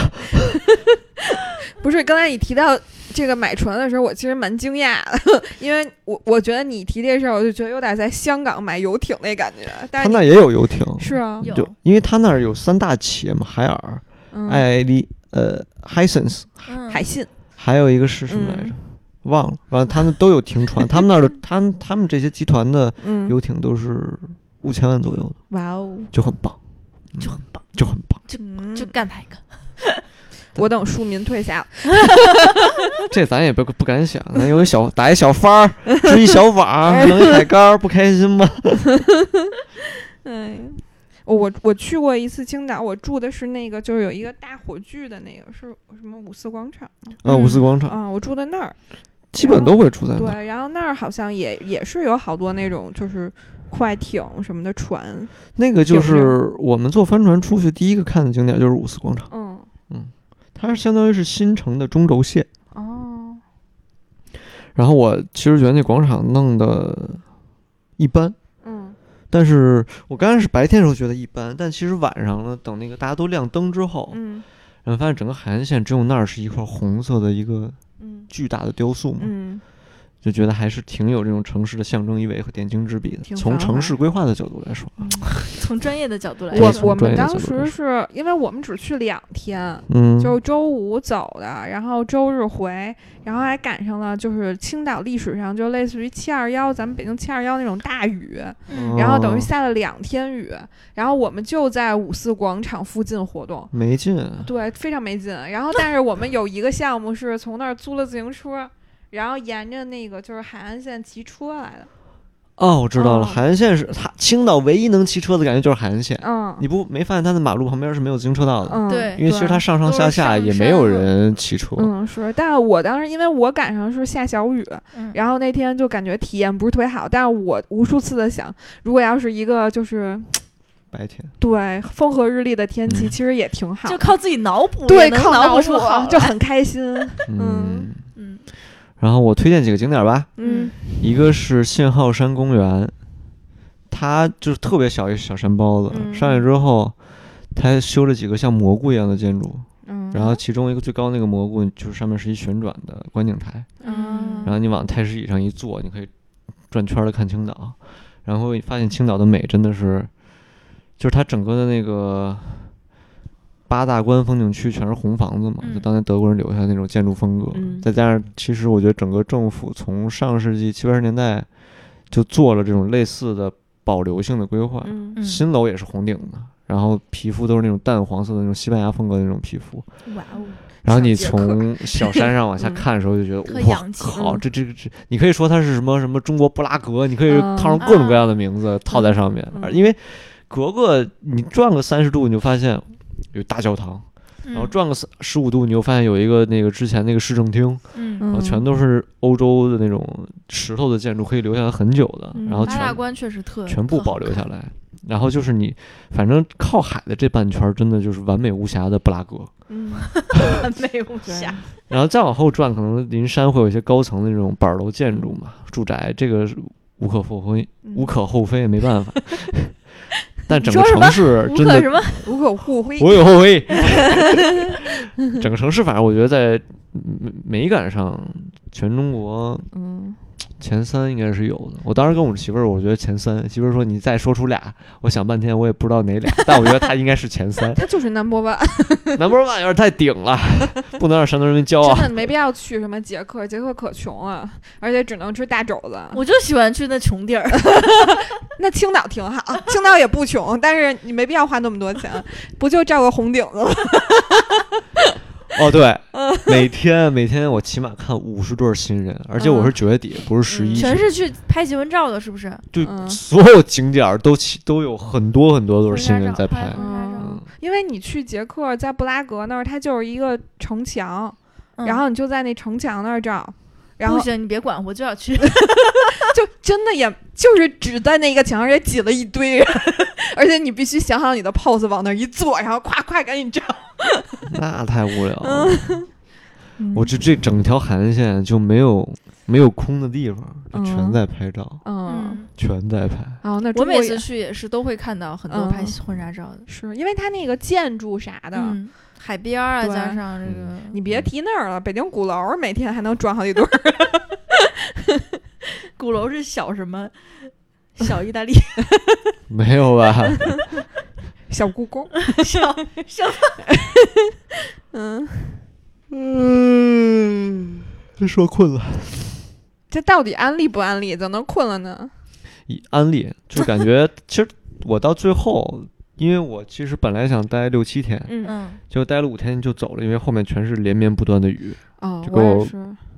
Speaker 3: 不是，刚才你提到这个买船的时候，我其实蛮惊讶的， 因为我我觉得你提这事儿，我就觉得有点在香港买游艇那感觉。
Speaker 2: 他
Speaker 3: 但是
Speaker 2: 那
Speaker 3: 你
Speaker 2: 儿也有游艇，
Speaker 3: 哎是啊，
Speaker 1: 有
Speaker 2: 就因为他那儿有三大企业嘛，海尔、
Speaker 3: 嗯，
Speaker 2: 艾利、呃，Hisense，
Speaker 1: 嗯
Speaker 3: 海信，
Speaker 2: 还有一个是什么
Speaker 3: 嗯
Speaker 2: 来着？忘了，反正他们都有停船，他们那儿的，他们他们这些集团的
Speaker 3: 嗯，
Speaker 2: 游艇都是五千万左右的，
Speaker 1: 哇哦，
Speaker 2: 就很棒，嗯
Speaker 1: 就很棒，
Speaker 2: 就很棒。
Speaker 3: 嗯
Speaker 1: 就干他一个。
Speaker 3: 我等庶民退下了，
Speaker 2: 这咱也不不敢想，咱有一小打一小幡儿，支一小网 儿，弄一海竿儿，不开心吗？
Speaker 3: 哎，我我我去过一次青岛，我住的是那个就是有一个大火炬的那个是什么五四广场
Speaker 2: 啊，五四广场
Speaker 3: 啊、我住的那儿，
Speaker 2: 基本都会住在那儿。
Speaker 3: 对，然后那儿好像也也是有好多那种就是快艇什么的船，
Speaker 2: 那个就
Speaker 3: 有没有
Speaker 2: 是我们坐帆船出去第一个看的景点就是五四广场，
Speaker 3: 嗯，
Speaker 2: 它是相当于是新城的中轴线。
Speaker 3: 哦，
Speaker 1: 嗯
Speaker 2: 然后我其实觉得那广场弄得一般，
Speaker 3: 嗯
Speaker 2: 但是我刚开始白天的时候觉得一般，但其实晚上呢，等那个大家都亮灯之后，
Speaker 3: 嗯
Speaker 2: 然后发现整个海岸线只有那儿是一块红色的一个
Speaker 3: 嗯
Speaker 2: 巨大的雕塑嘛，
Speaker 3: 嗯，
Speaker 2: 就觉得还是挺有这种城市的象征意味和点睛之笔的。
Speaker 3: 挺
Speaker 2: 从
Speaker 3: 繁
Speaker 2: 城
Speaker 3: 华
Speaker 2: 市规划的角度来说，
Speaker 1: 从专业的角度来
Speaker 2: 对
Speaker 3: 我
Speaker 1: 说，
Speaker 3: 我
Speaker 2: 专
Speaker 3: 们
Speaker 2: 业的角
Speaker 3: 当
Speaker 2: 度来
Speaker 3: 时是因为我们只去两天。
Speaker 2: 嗯，
Speaker 3: 就周五走的，然后周日回，然后还赶上了就是青岛历史上就类似于七二幺，咱们北京七二幺那种大雨，
Speaker 1: 嗯
Speaker 3: 然后等于
Speaker 2: 哦
Speaker 3: 下了两天雨，然后我们就在五四广场附近活动，
Speaker 2: 没劲啊，
Speaker 3: 对，非常没劲。然后但是我们有一个项目是从那儿租了自行车，然后沿着那个就是海岸线骑车来的，
Speaker 2: 哦，我知道了，
Speaker 3: 哦
Speaker 2: 海岸线是它青岛唯一能骑车的感觉就是海岸线。
Speaker 3: 嗯
Speaker 2: 你不没发现它的马路旁边是没有自行车道的？
Speaker 3: 嗯，
Speaker 1: 对
Speaker 2: 因为其实它上上
Speaker 1: 都是
Speaker 2: 下下
Speaker 1: 上
Speaker 2: 也
Speaker 1: 山
Speaker 2: 没有
Speaker 1: 路
Speaker 2: 人骑车。
Speaker 3: 嗯，是，但是我当时因为我赶上是下小雨，
Speaker 1: 嗯
Speaker 3: 然后那天就感觉体验不是特别好，但是我无数次的想，如果要是一个就是
Speaker 2: 白天
Speaker 3: 对风和日丽的天气，
Speaker 2: 嗯
Speaker 3: 其实也挺好，
Speaker 1: 就靠自己脑补，
Speaker 3: 对
Speaker 1: 能
Speaker 3: 靠
Speaker 1: 脑
Speaker 3: 脑
Speaker 1: 出好
Speaker 3: 就
Speaker 1: 来
Speaker 3: 很开心，嗯
Speaker 1: 嗯
Speaker 2: 然后我推荐几个景点吧，
Speaker 3: 嗯
Speaker 2: 一个是信号山公园，它就是特别小一小山包子，
Speaker 1: 嗯
Speaker 2: 上去之后，它修了几个像蘑菇一样的建筑，
Speaker 3: 嗯，
Speaker 2: 然后其中一个最高那个蘑菇就是上面是一旋转的观景台，
Speaker 1: 嗯
Speaker 2: 然后你往太师椅上一坐，你可以转圈的看青岛，然后会发现青岛的美真的是，就是它整个的那个八大关风景区全是红房子嘛，
Speaker 1: 嗯
Speaker 2: 就当年德国人留下的那种建筑风格，
Speaker 3: 嗯
Speaker 2: 再加上其实我觉得整个政府从上世纪七八十年代就做了这种类似的保留性的规划，
Speaker 3: 嗯
Speaker 1: 嗯
Speaker 2: 新楼也是红顶的。然后皮肤都是那种淡黄色的那种西班牙风格的那种皮肤，
Speaker 1: 哇
Speaker 3: 啊
Speaker 1: 哦，
Speaker 2: 然后你
Speaker 3: 小杰克
Speaker 2: 从小山上 往下
Speaker 3: 嗯
Speaker 2: 看的时候，就觉得
Speaker 1: 特
Speaker 2: 哇
Speaker 1: 洋气
Speaker 2: 靠，
Speaker 3: 嗯
Speaker 2: 这这个这，你可以说它是什么什么中国布拉格，你可以
Speaker 3: 嗯
Speaker 2: 套上各种各样的名字套在上面，
Speaker 3: 嗯
Speaker 2: 而因为隔个你转个三十度，你就发现有大教堂，
Speaker 1: 然
Speaker 2: 然后转个十五度，你就发现有一个那个之前那个市政厅，
Speaker 1: 嗯，
Speaker 2: 然
Speaker 3: 嗯
Speaker 2: 后全都是欧洲的那种石头的建筑，可以留下来很久的，
Speaker 3: 嗯
Speaker 2: 然后
Speaker 1: 八大
Speaker 2: 全
Speaker 1: 关确实特
Speaker 2: 全部保留下，来。然后就是你，反正靠海的这半圈儿真的就是完美无瑕的布拉格，
Speaker 3: 嗯，
Speaker 1: 特好 看美无
Speaker 3: 对
Speaker 1: 瑕。
Speaker 2: 然后再往后转，可能临山会有一些高层的那种板楼建筑嘛，住宅，这个是无可厚
Speaker 1: 嗯
Speaker 2: 非，
Speaker 3: 嗯
Speaker 2: 无可厚非，没 办法。但整个
Speaker 1: 你说什么
Speaker 2: 城市
Speaker 1: 无
Speaker 2: 真
Speaker 1: 可
Speaker 2: 的
Speaker 1: 什么，
Speaker 3: 无可厚非，
Speaker 2: 我有后 悔。整个城市，反正我觉得在美美感上，全中国
Speaker 3: 嗯，
Speaker 2: 前三应该是有的。我当时跟我媳妇儿，我觉得前三。媳妇儿说你再说出俩，我想半天我也不知道哪俩，但我觉得她应该是前 三。
Speaker 3: 它就是 number one。
Speaker 2: number one 有点太顶了，不能让山东人民骄傲
Speaker 3: 真。的没必要去什么捷克，捷克可穷了，而且只能吃大肘子。
Speaker 1: 我就喜欢去那穷地儿。
Speaker 3: 那青岛挺好，青岛也不穷，但是你没必要花那么多钱，不就照个红顶子吗？
Speaker 2: 哦，对， 每天每天我起码看五十对儿新人，而且我是九月底，不是十一、
Speaker 3: 嗯
Speaker 1: 全是去拍结婚照的，是不是？
Speaker 2: 就
Speaker 3: 嗯
Speaker 2: 所有景点儿都起都有很多很多对儿新人在
Speaker 1: 婚纱
Speaker 2: 拍
Speaker 1: 照。拍婚纱照
Speaker 2: 嗯，
Speaker 3: 因为你去捷克，在布拉格那儿，它就是一个城墙，
Speaker 1: 嗯
Speaker 3: 然后你就在那城墙那儿照，然后
Speaker 1: 不行，你别管，我就要去。
Speaker 3: 就真的也就是只在那个墙上也挤了一堆人， 而且你必须想好你的 pose 往那儿一坐，然后夸夸赶紧照。
Speaker 2: 那太无聊了。我这这整条海岸线就没有没有空的地方，就全
Speaker 3: 嗯
Speaker 2: 在拍照，
Speaker 3: 嗯，
Speaker 1: 嗯，
Speaker 2: 全在拍。
Speaker 3: 哦，那
Speaker 1: 我
Speaker 3: 中国
Speaker 1: 每
Speaker 3: 也
Speaker 1: 次去也是都会看到很多
Speaker 3: 嗯
Speaker 1: 拍婚纱照的，
Speaker 3: 是因为它那个建筑啥的，
Speaker 1: 嗯，海边儿啊，
Speaker 3: 对
Speaker 1: 加上
Speaker 2: 嗯
Speaker 1: 这个，
Speaker 3: 你别提那儿了，北京鼓楼儿每天还能装 好几对儿。
Speaker 1: 鼓楼是小什 么？小意大 利，
Speaker 2: 没有吧？
Speaker 3: 小故宫。
Speaker 1: 小小
Speaker 3: 嗯，
Speaker 2: 嗯，这说困了。
Speaker 3: 这到底安利不安利？怎么能困了呢？
Speaker 2: 以安利，就感觉其实我到最后，因为我其实本来想待六七天，
Speaker 3: 嗯
Speaker 1: 嗯，
Speaker 2: 结果待了五天就走了，因为后面全是连绵不断的雨，
Speaker 3: 哦，
Speaker 2: 这
Speaker 3: 我
Speaker 2: 个
Speaker 3: 也是，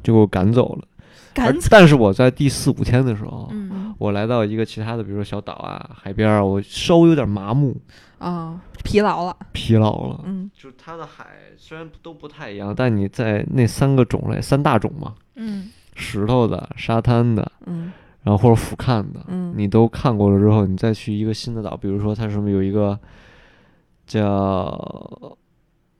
Speaker 2: 就给我赶走了。而
Speaker 1: 赶走，
Speaker 2: 但是我在第四五天的时候，
Speaker 1: 嗯，
Speaker 2: 我来到一个其他的，比如说小岛啊、海边啊，我稍微有点麻木、
Speaker 3: 啊，疲劳了，
Speaker 2: 疲劳了。
Speaker 3: 嗯
Speaker 2: 就是它的海虽然都不太一样，但你在那三个种类，三大种嘛，
Speaker 1: 嗯，
Speaker 2: 石头的、沙滩的，
Speaker 3: 嗯
Speaker 2: 然后或者俯瞰的，
Speaker 3: 嗯
Speaker 2: 你都看过了之后，你再去一个新的岛，比如说它什么有一个叫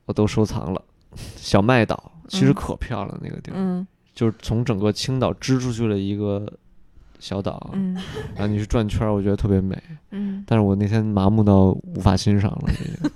Speaker 2: 我都收藏了小麦岛，其实
Speaker 3: 嗯
Speaker 2: 可漂亮那个地儿，
Speaker 3: 嗯
Speaker 2: 就是从整个青岛支出去的一个小岛，
Speaker 3: 嗯
Speaker 2: 然后你去转圈儿，我觉得特别美。
Speaker 3: 嗯。
Speaker 2: 但是我那天麻木到无法欣赏了，已 经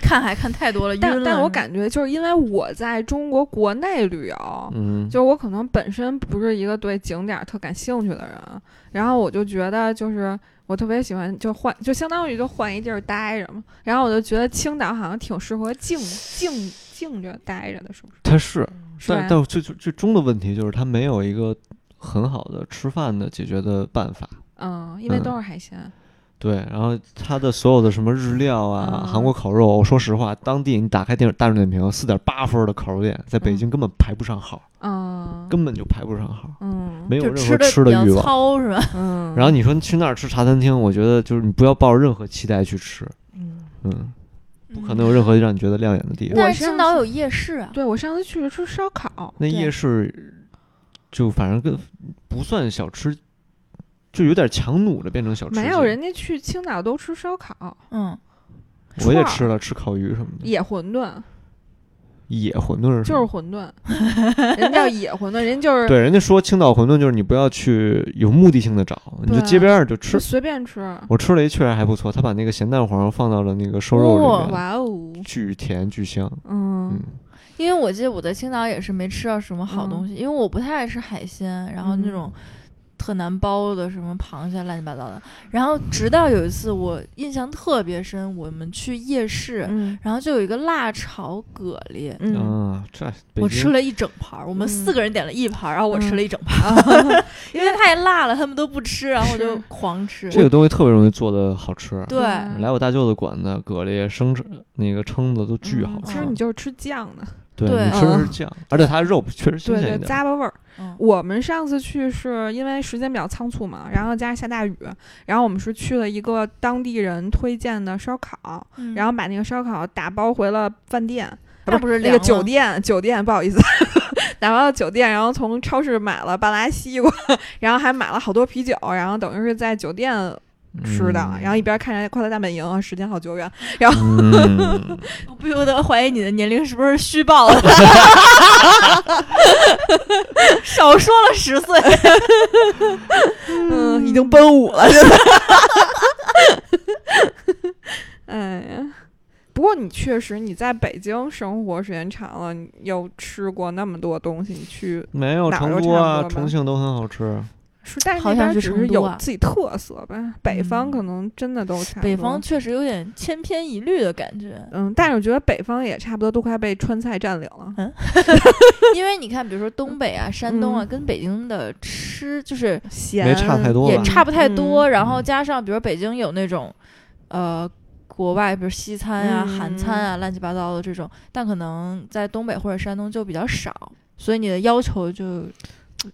Speaker 1: 看海看太多了，晕
Speaker 3: 但
Speaker 1: 了
Speaker 3: 但我
Speaker 1: 是吧
Speaker 3: 感觉就是因为我在中国国内旅游，
Speaker 2: 嗯，
Speaker 3: 就是我可能本身不是一个对景点儿特感兴趣的人，啊然后我就觉得就是我特别喜欢就换，就相当于就换一地儿待着嘛。然后我就觉得青岛好像挺适合静静静着待着的，是不是？
Speaker 2: 它是，
Speaker 3: 是啊
Speaker 2: 但
Speaker 3: 吧？
Speaker 2: 但最最最终的问题就是它没有一个很好的吃饭的解决的办法。
Speaker 3: 嗯，因为
Speaker 2: 嗯
Speaker 3: 都是海鲜。
Speaker 2: 对，然后它的所有的什么日料啊、
Speaker 3: 嗯
Speaker 2: 韩国烤肉，我说实话，当地你打开电大众点评，四点八分的烤肉店，在北京根本排不上号，
Speaker 3: 嗯
Speaker 2: 根本就排不上号，
Speaker 3: 嗯
Speaker 2: 没有
Speaker 1: 就
Speaker 2: 任何
Speaker 1: 的
Speaker 2: 吃
Speaker 1: 比较
Speaker 2: 的欲望。
Speaker 1: 糙是吧？
Speaker 3: 嗯。
Speaker 2: 然后你说去那儿吃茶餐厅，我觉得就是你不要抱任何期待去吃，
Speaker 3: 嗯，
Speaker 2: 嗯，
Speaker 1: 不
Speaker 2: 可能有任何让你觉得亮眼的地方。
Speaker 1: 但
Speaker 3: 我
Speaker 1: 是
Speaker 3: 上
Speaker 1: 青岛
Speaker 3: 次
Speaker 1: 有夜市啊，
Speaker 3: 对我上次去了吃烧烤，
Speaker 2: 那
Speaker 1: 对
Speaker 2: 夜市就反正跟不算小吃，就有点强弩着变成小吃街。
Speaker 3: 没有人家去青岛都吃烧烤、
Speaker 1: 嗯，
Speaker 2: 我也
Speaker 3: 串儿
Speaker 2: 吃了，吃烤鱼什么的，
Speaker 3: 野馄饨，
Speaker 2: 野馄饨是什
Speaker 3: 就是
Speaker 2: 么
Speaker 3: 馄饨，人家叫野馄饨，人家就是
Speaker 2: 对，人家说青岛馄饨就是你不要去有目的性的找，你就
Speaker 3: 对
Speaker 2: 街边儿就吃
Speaker 3: 就。随便吃。
Speaker 2: 我吃了一确实还不错，他把那个咸蛋黄放到了那个瘦肉
Speaker 1: 哇
Speaker 2: 里面，
Speaker 3: 哇哦，
Speaker 2: 巨甜巨香。
Speaker 3: 嗯
Speaker 2: 嗯，
Speaker 1: 因为我记得我在青岛也是没吃到什么好东西，因为我不太爱吃海鲜，然后那
Speaker 3: 嗯
Speaker 1: 种特难剥的什么螃蟹乱七八糟的。然后直到有一次我印象特别深，我们去夜市，
Speaker 3: 嗯
Speaker 1: 然后就有一个辣炒蛤蜊。
Speaker 3: 嗯，
Speaker 2: 啊，这北
Speaker 1: 我吃
Speaker 2: 京
Speaker 1: 了一整盘儿，我们
Speaker 3: 嗯
Speaker 1: 四个人点了一盘儿，然后我吃
Speaker 3: 嗯
Speaker 1: 了一整盘儿， 因为太辣了，他们都不吃，然后我啊就是狂吃。
Speaker 2: 这个东西特别容易做的好吃。啊
Speaker 1: 对，
Speaker 3: 嗯
Speaker 2: 来我大舅的馆子，蛤蜊、生吃那个蛏子都巨好
Speaker 3: 嗯其
Speaker 2: 吃
Speaker 3: 实。你就是吃酱的，
Speaker 2: 对
Speaker 1: 对
Speaker 2: 你吃的
Speaker 3: 嗯
Speaker 2: 是酱，而且它肉确实新
Speaker 3: 对
Speaker 2: 鲜
Speaker 3: 对
Speaker 2: 一，点。
Speaker 3: 咂巴味儿。
Speaker 1: 嗯
Speaker 3: 我们上次去是因为时间比较仓促嘛，然后加上下大雨，然后我们是去了一个当地人推荐的烧烤，
Speaker 1: 嗯
Speaker 3: 然后把那个烧烤打包回了饭店，
Speaker 1: 那不是
Speaker 3: 那
Speaker 1: 凉
Speaker 3: 个
Speaker 1: 了
Speaker 3: 酒店，酒店不好意思， 打包到酒店，然后从超市买了半拉西瓜，然后还买了好多啤酒，然后等于是在酒店吃的，然后一边看着《快乐大本营》，时间好久远，
Speaker 2: 嗯，
Speaker 1: 我不由得怀疑你的年龄是不是虚报的， 少说了十岁。
Speaker 3: 嗯，已经奔五了，是吧？哎呀，不过你确实你在北京生活时间长了，你又吃过那么多东西，你去
Speaker 2: 没有
Speaker 3: 哪儿都
Speaker 2: 成都
Speaker 3: 差不
Speaker 2: 啊，
Speaker 3: 多吧
Speaker 2: 重庆都很好吃。
Speaker 3: 是，但是
Speaker 1: 好
Speaker 3: 那
Speaker 1: 想
Speaker 3: 边
Speaker 1: 去
Speaker 3: 只
Speaker 1: 成
Speaker 3: 是
Speaker 1: 都
Speaker 3: 有
Speaker 1: 啊
Speaker 3: 自己特色吧，北方
Speaker 1: 嗯
Speaker 3: 可能真的都差不多。
Speaker 1: 北方确实有点千篇一律的感觉，
Speaker 3: 嗯，但是我觉得北方也差不多都快被川菜占领了。
Speaker 1: 嗯因为你看，比如说东北啊、山东啊，跟北京的吃就是
Speaker 3: 咸
Speaker 2: 没差太多
Speaker 1: 也
Speaker 2: 吧
Speaker 1: 差不太多，
Speaker 3: 嗯
Speaker 1: 然后加上比如北京有那种，呃。国外比如西餐啊、
Speaker 3: 嗯
Speaker 1: 韩餐啊，乱七八糟的这种，但可能在东北或者山东就比较少，所以你的要求就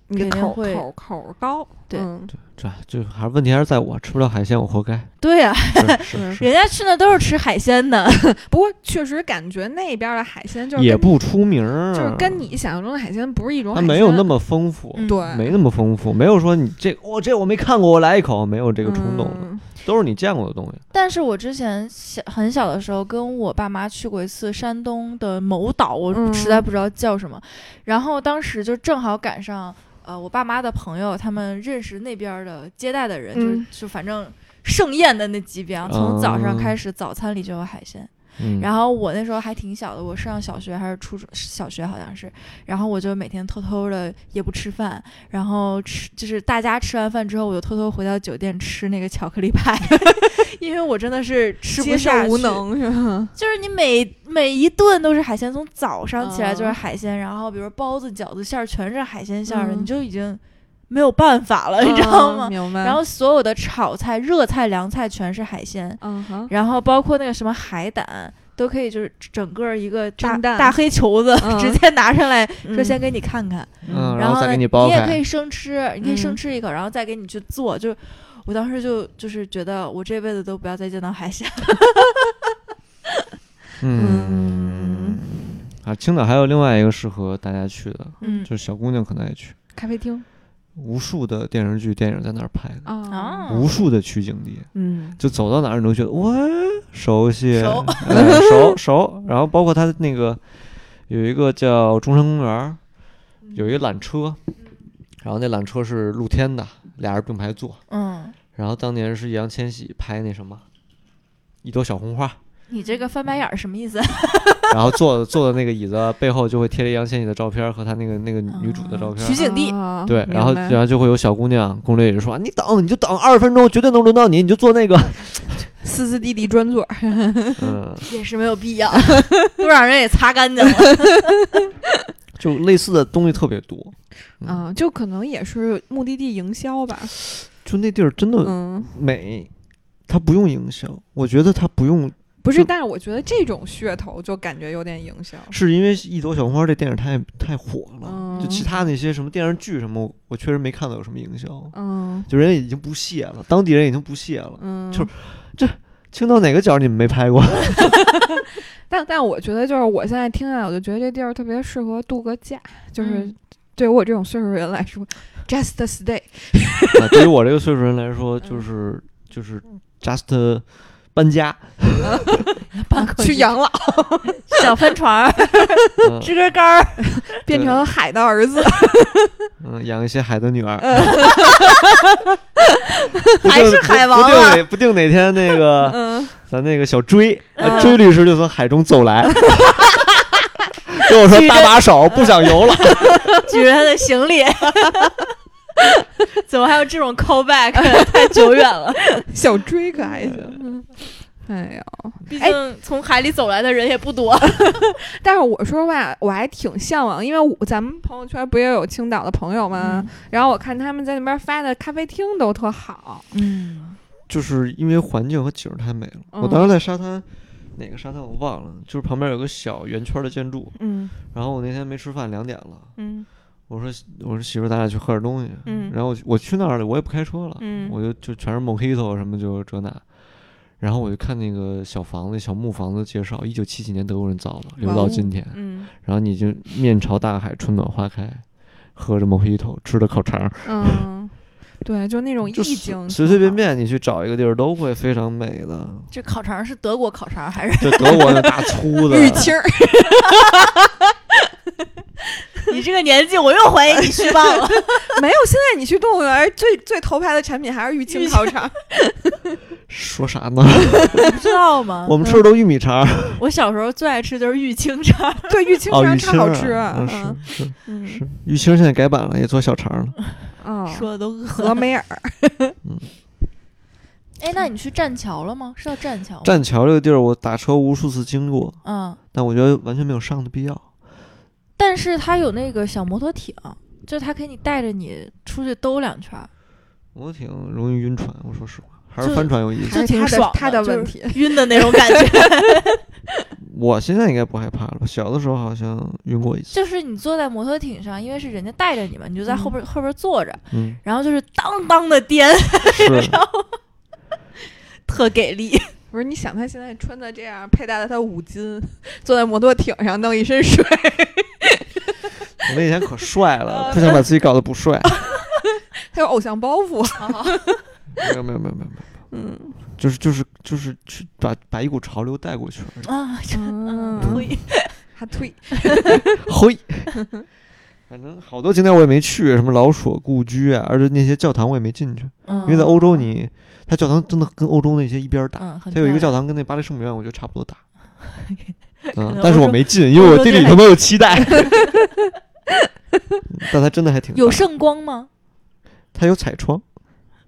Speaker 3: 你
Speaker 1: 肯定
Speaker 3: 的口
Speaker 1: 会
Speaker 3: 口口高，
Speaker 1: 对
Speaker 3: 嗯
Speaker 2: 这就还是问题还是在我吃不了海鲜，我活 该。
Speaker 1: 对啊，
Speaker 2: 是是
Speaker 3: 嗯
Speaker 2: 是，
Speaker 1: 人家去那都是吃海鲜的，
Speaker 3: 不过确实感觉那边的海鲜就是
Speaker 2: 也
Speaker 3: 跟
Speaker 2: 不出名儿，啊
Speaker 3: 就是跟你想象中的海鲜不是一种
Speaker 2: 它
Speaker 3: 海鲜，
Speaker 2: 没有那么丰富，
Speaker 1: 嗯
Speaker 3: 对，
Speaker 2: 没那么丰富，没有说你这我、这我没看过，我来一口，没有这个冲动的，
Speaker 3: 嗯
Speaker 2: 都是你见过的东西。
Speaker 1: 但是我之前小很小的时候跟我爸妈去过一次山东的某岛，我
Speaker 3: 嗯
Speaker 1: 实在不知道叫什么。然后当时就正好赶上，呃，我爸妈的朋友他们认识那边儿的接待的人，
Speaker 3: 嗯
Speaker 1: 就就反正盛宴的那几遍，从早上
Speaker 2: 啊
Speaker 1: 开始，早餐里就有海鲜。
Speaker 2: 嗯，
Speaker 1: 然后我那时候还挺小的，我上小学还是初中，小学好像是。然后我就每天偷偷的也不吃饭，然后吃就是大家吃完饭之后，我就偷偷回到酒店吃那个巧克力派， 因为我真的是吃不
Speaker 3: 接受
Speaker 1: 下去
Speaker 3: 无。能是吧？
Speaker 1: 就是你每每一顿都是海鲜，从早上起来就是
Speaker 3: 嗯
Speaker 1: 海鲜，然后比如包子、饺子馅儿全是海鲜馅儿的，
Speaker 3: 嗯
Speaker 1: 你就已经没有办法 了，你知道吗？
Speaker 3: 明白。
Speaker 1: 然后所有的炒菜、热菜、凉菜全是海鲜，
Speaker 3: 嗯哼，
Speaker 1: 然后包括那个什么海胆，都可以就是整个一个大
Speaker 3: 蒸蛋
Speaker 1: 大黑球子、
Speaker 3: 嗯
Speaker 1: 直接拿上来说
Speaker 3: 嗯
Speaker 1: 先给你看看，
Speaker 2: 嗯然后
Speaker 1: 然后
Speaker 2: 再
Speaker 1: 呢
Speaker 2: 给你剥
Speaker 1: 也
Speaker 2: 开
Speaker 1: 可以生吃，你可以生
Speaker 3: 嗯
Speaker 1: 吃一口，然后再给你去做。就我当时就就是觉得我这辈子都不要再见到海鲜，
Speaker 2: 嗯啊，青岛还有另外一个适合大家去的，
Speaker 1: 嗯
Speaker 2: 就是小姑娘可能爱去，
Speaker 3: 咖啡厅
Speaker 2: 无数的电视剧、电影在那儿拍的，
Speaker 3: 哦
Speaker 1: 啊
Speaker 2: 无数的取景地，
Speaker 3: 嗯
Speaker 2: 就走到哪儿你都觉得哇熟悉，
Speaker 1: 熟
Speaker 2: 哎熟熟。然后包括它那个有一个叫中山公园儿，有一个缆车，然后那缆车是露天的，俩人并排坐。
Speaker 1: 嗯，
Speaker 2: 然后当年是易烊千玺拍那什么一朵小红花，
Speaker 1: 你这个翻白眼儿什么意思？
Speaker 3: 嗯
Speaker 2: 然后坐 坐的那个椅子背后就会贴着易烊千玺的照片儿和他那个那个女主的照片儿。
Speaker 1: 取景地，
Speaker 3: 啊
Speaker 2: 对，然后
Speaker 3: 明白
Speaker 2: 然后就会有小姑娘攻略里说：“你等，你就等二十分钟，绝对能轮到你，你就坐那 个。
Speaker 3: 四四弟弟专座，”
Speaker 2: 嗯，
Speaker 1: 也是没有必 要，都让人给擦干净了。
Speaker 2: 就类似的东西特别多。嗯
Speaker 3: 啊，就可能也是目的地营销吧，
Speaker 2: 就那地儿真的
Speaker 3: 嗯，
Speaker 2: 美，它不用营销，我觉得它不用，
Speaker 3: 不，
Speaker 2: 就是
Speaker 3: 但是我觉得这种噱头就感觉有点营销，
Speaker 2: 是因为《一朵小红花》这电影太太火了，
Speaker 3: 嗯
Speaker 2: 就其他那些什么电视剧什么，我我确实没看到有什么营销，
Speaker 3: 嗯
Speaker 2: 就人家已经不屑了，当地人已经不屑了。
Speaker 3: 嗯，
Speaker 2: 就是青岛哪个角儿你们没拍过？
Speaker 3: 但但我觉得就是我现在听下来，啊我就觉得这地儿特别适合度个假，就是
Speaker 1: 嗯
Speaker 3: 对于我这种岁数人来说，just stay，
Speaker 2: 啊，对于我这个岁数人来说，
Speaker 3: 嗯
Speaker 2: 就是就是 just 搬家，
Speaker 1: 半口
Speaker 3: 去
Speaker 1: 井
Speaker 3: 养老，
Speaker 1: 小帆船 儿、
Speaker 2: 嗯
Speaker 1: 支根杆儿，
Speaker 3: 变成海的儿 子，嗯
Speaker 2: 嗯，养一些海的女儿，不
Speaker 1: 还
Speaker 2: 定
Speaker 1: 是
Speaker 2: 不
Speaker 1: 海王
Speaker 2: 不定
Speaker 1: 啊？
Speaker 2: 哪不定哪天那 个
Speaker 3: 嗯，
Speaker 2: 咱那个小追，呃
Speaker 3: 嗯
Speaker 2: 追律师就从海中走来， 跟我说搭把手，不想游了。
Speaker 3: 嗯
Speaker 1: 举着他的行李。 怎么还有这种 callback？太久远了，
Speaker 3: 小追可还行，嗯哎呀。
Speaker 1: 毕竟从海里走来的人也不多。
Speaker 3: 但是我说实话，我还挺向往，因为我咱们朋友圈不也有青岛的朋友吗？
Speaker 2: 嗯
Speaker 3: 然后我看他们在那边发的咖啡厅都特好，
Speaker 1: 嗯，
Speaker 2: 就是因为环境和景儿太美了。我
Speaker 3: 嗯
Speaker 2: 当时在沙滩，哪个沙滩我忘了，就是旁边有个小圆圈的建筑。
Speaker 3: 嗯
Speaker 2: 然后我那天没吃饭，两点了，
Speaker 3: 嗯
Speaker 2: 我说我说媳妇儿，咱俩去喝点东西。
Speaker 3: 嗯
Speaker 2: 然后我我去那儿了，我也不开车了，
Speaker 3: 嗯
Speaker 2: 我就就全是 Mojito 什么就这那。然后我就看那个小房子、小木房子介绍，一九七几年德国人造的，留
Speaker 3: 哇
Speaker 2: 到
Speaker 3: 哦
Speaker 2: 今天。
Speaker 3: 嗯
Speaker 2: 然后你就面朝大海，春暖花开，喝着 Mojito，吃着烤肠儿，
Speaker 3: 嗯，对，就那种意
Speaker 2: 就
Speaker 3: 境，
Speaker 2: 随随便。便你去找一个地儿都会非常美的。
Speaker 1: 这烤肠是德国烤肠还是？
Speaker 2: 就德国那大粗的，
Speaker 3: 玉清 儿，
Speaker 1: 你这个年纪，我又怀疑 你虚报了。
Speaker 3: 没有。现在你去动物园，最最头牌的产品还是玉
Speaker 1: 玉
Speaker 3: 清
Speaker 1: 清
Speaker 3: 烤肠。
Speaker 2: 说啥呢？
Speaker 3: 嗯
Speaker 1: 你不知道吗？
Speaker 2: 我们吃的都玉米肠儿，
Speaker 1: 我小时候最爱吃就是玉清肠，
Speaker 3: 对，玉清
Speaker 2: 哦，玉
Speaker 3: 肠
Speaker 2: 清
Speaker 3: 超
Speaker 2: 儿
Speaker 3: 好
Speaker 2: 啊
Speaker 3: 吃。
Speaker 2: 啊
Speaker 3: 嗯
Speaker 2: 是是
Speaker 3: 嗯
Speaker 2: 是，玉清儿现在改版了，也做小肠儿了。
Speaker 3: 哦，
Speaker 1: 说的都饿
Speaker 3: 峨
Speaker 1: 了。
Speaker 3: 眉尔，
Speaker 1: 哎，那你去栈桥了吗？是要栈桥吗？
Speaker 2: 栈桥这个地儿，我打车无数次经过，
Speaker 1: 嗯，
Speaker 2: 但我觉得完全没有上的必要。
Speaker 1: 但是它有那个小摩托艇，就是它可以带着你出去兜两圈儿，
Speaker 2: 我挺容易晕船，我说实话，还是
Speaker 1: 就
Speaker 2: 帆船有意
Speaker 1: 就
Speaker 2: 思。
Speaker 3: 还是
Speaker 1: 挺
Speaker 3: 他的
Speaker 1: 爽
Speaker 3: 他
Speaker 1: 的
Speaker 3: 的
Speaker 1: 就
Speaker 3: 问
Speaker 1: 是
Speaker 3: 题。
Speaker 1: 晕的那种感觉。
Speaker 2: 我现在应该不害怕了，小的时候好像晕过一次。
Speaker 1: 就是你坐在摩托艇上，因为是人家带着你嘛，你就在后边、后边坐着，
Speaker 2: 嗯，
Speaker 1: 然后就是当当的颠，
Speaker 2: 是
Speaker 1: 特给力。
Speaker 3: 不是，你想他现在穿的这样，佩戴了他五金，坐在摩托艇上弄一身水，
Speaker 2: 我那天可帅
Speaker 1: 呃
Speaker 2: 了，不想把自己搞得不帅。
Speaker 3: 他有偶像包袱。
Speaker 1: 哦
Speaker 2: 没有没有没有没有没有，
Speaker 3: 嗯，
Speaker 2: 就是就是就是去把把一股潮流带过去 而
Speaker 1: 啊，这
Speaker 3: 嗯
Speaker 1: 推
Speaker 3: 还推
Speaker 2: 已。 嘿，反正好多景点我也没去，什么老鼠故居啊，而且那些教堂我也没进去，
Speaker 1: 嗯
Speaker 2: 因为在欧洲你，它教堂真的跟欧洲那些一边儿大。
Speaker 1: 嗯，很
Speaker 2: 它有一个
Speaker 1: 漂
Speaker 2: 教堂跟那巴黎圣母院，我觉得差不 多大。
Speaker 1: 能
Speaker 2: 嗯，但是
Speaker 1: 欧
Speaker 2: 我
Speaker 1: 洲
Speaker 2: 没进，因为
Speaker 1: 欧
Speaker 2: 我
Speaker 1: 洲
Speaker 2: 对
Speaker 1: 这
Speaker 2: 里
Speaker 1: 还
Speaker 2: 头没有期 待。但它真的还挺
Speaker 1: 亮有
Speaker 2: 大
Speaker 1: 圣光吗？
Speaker 2: 它有彩窗，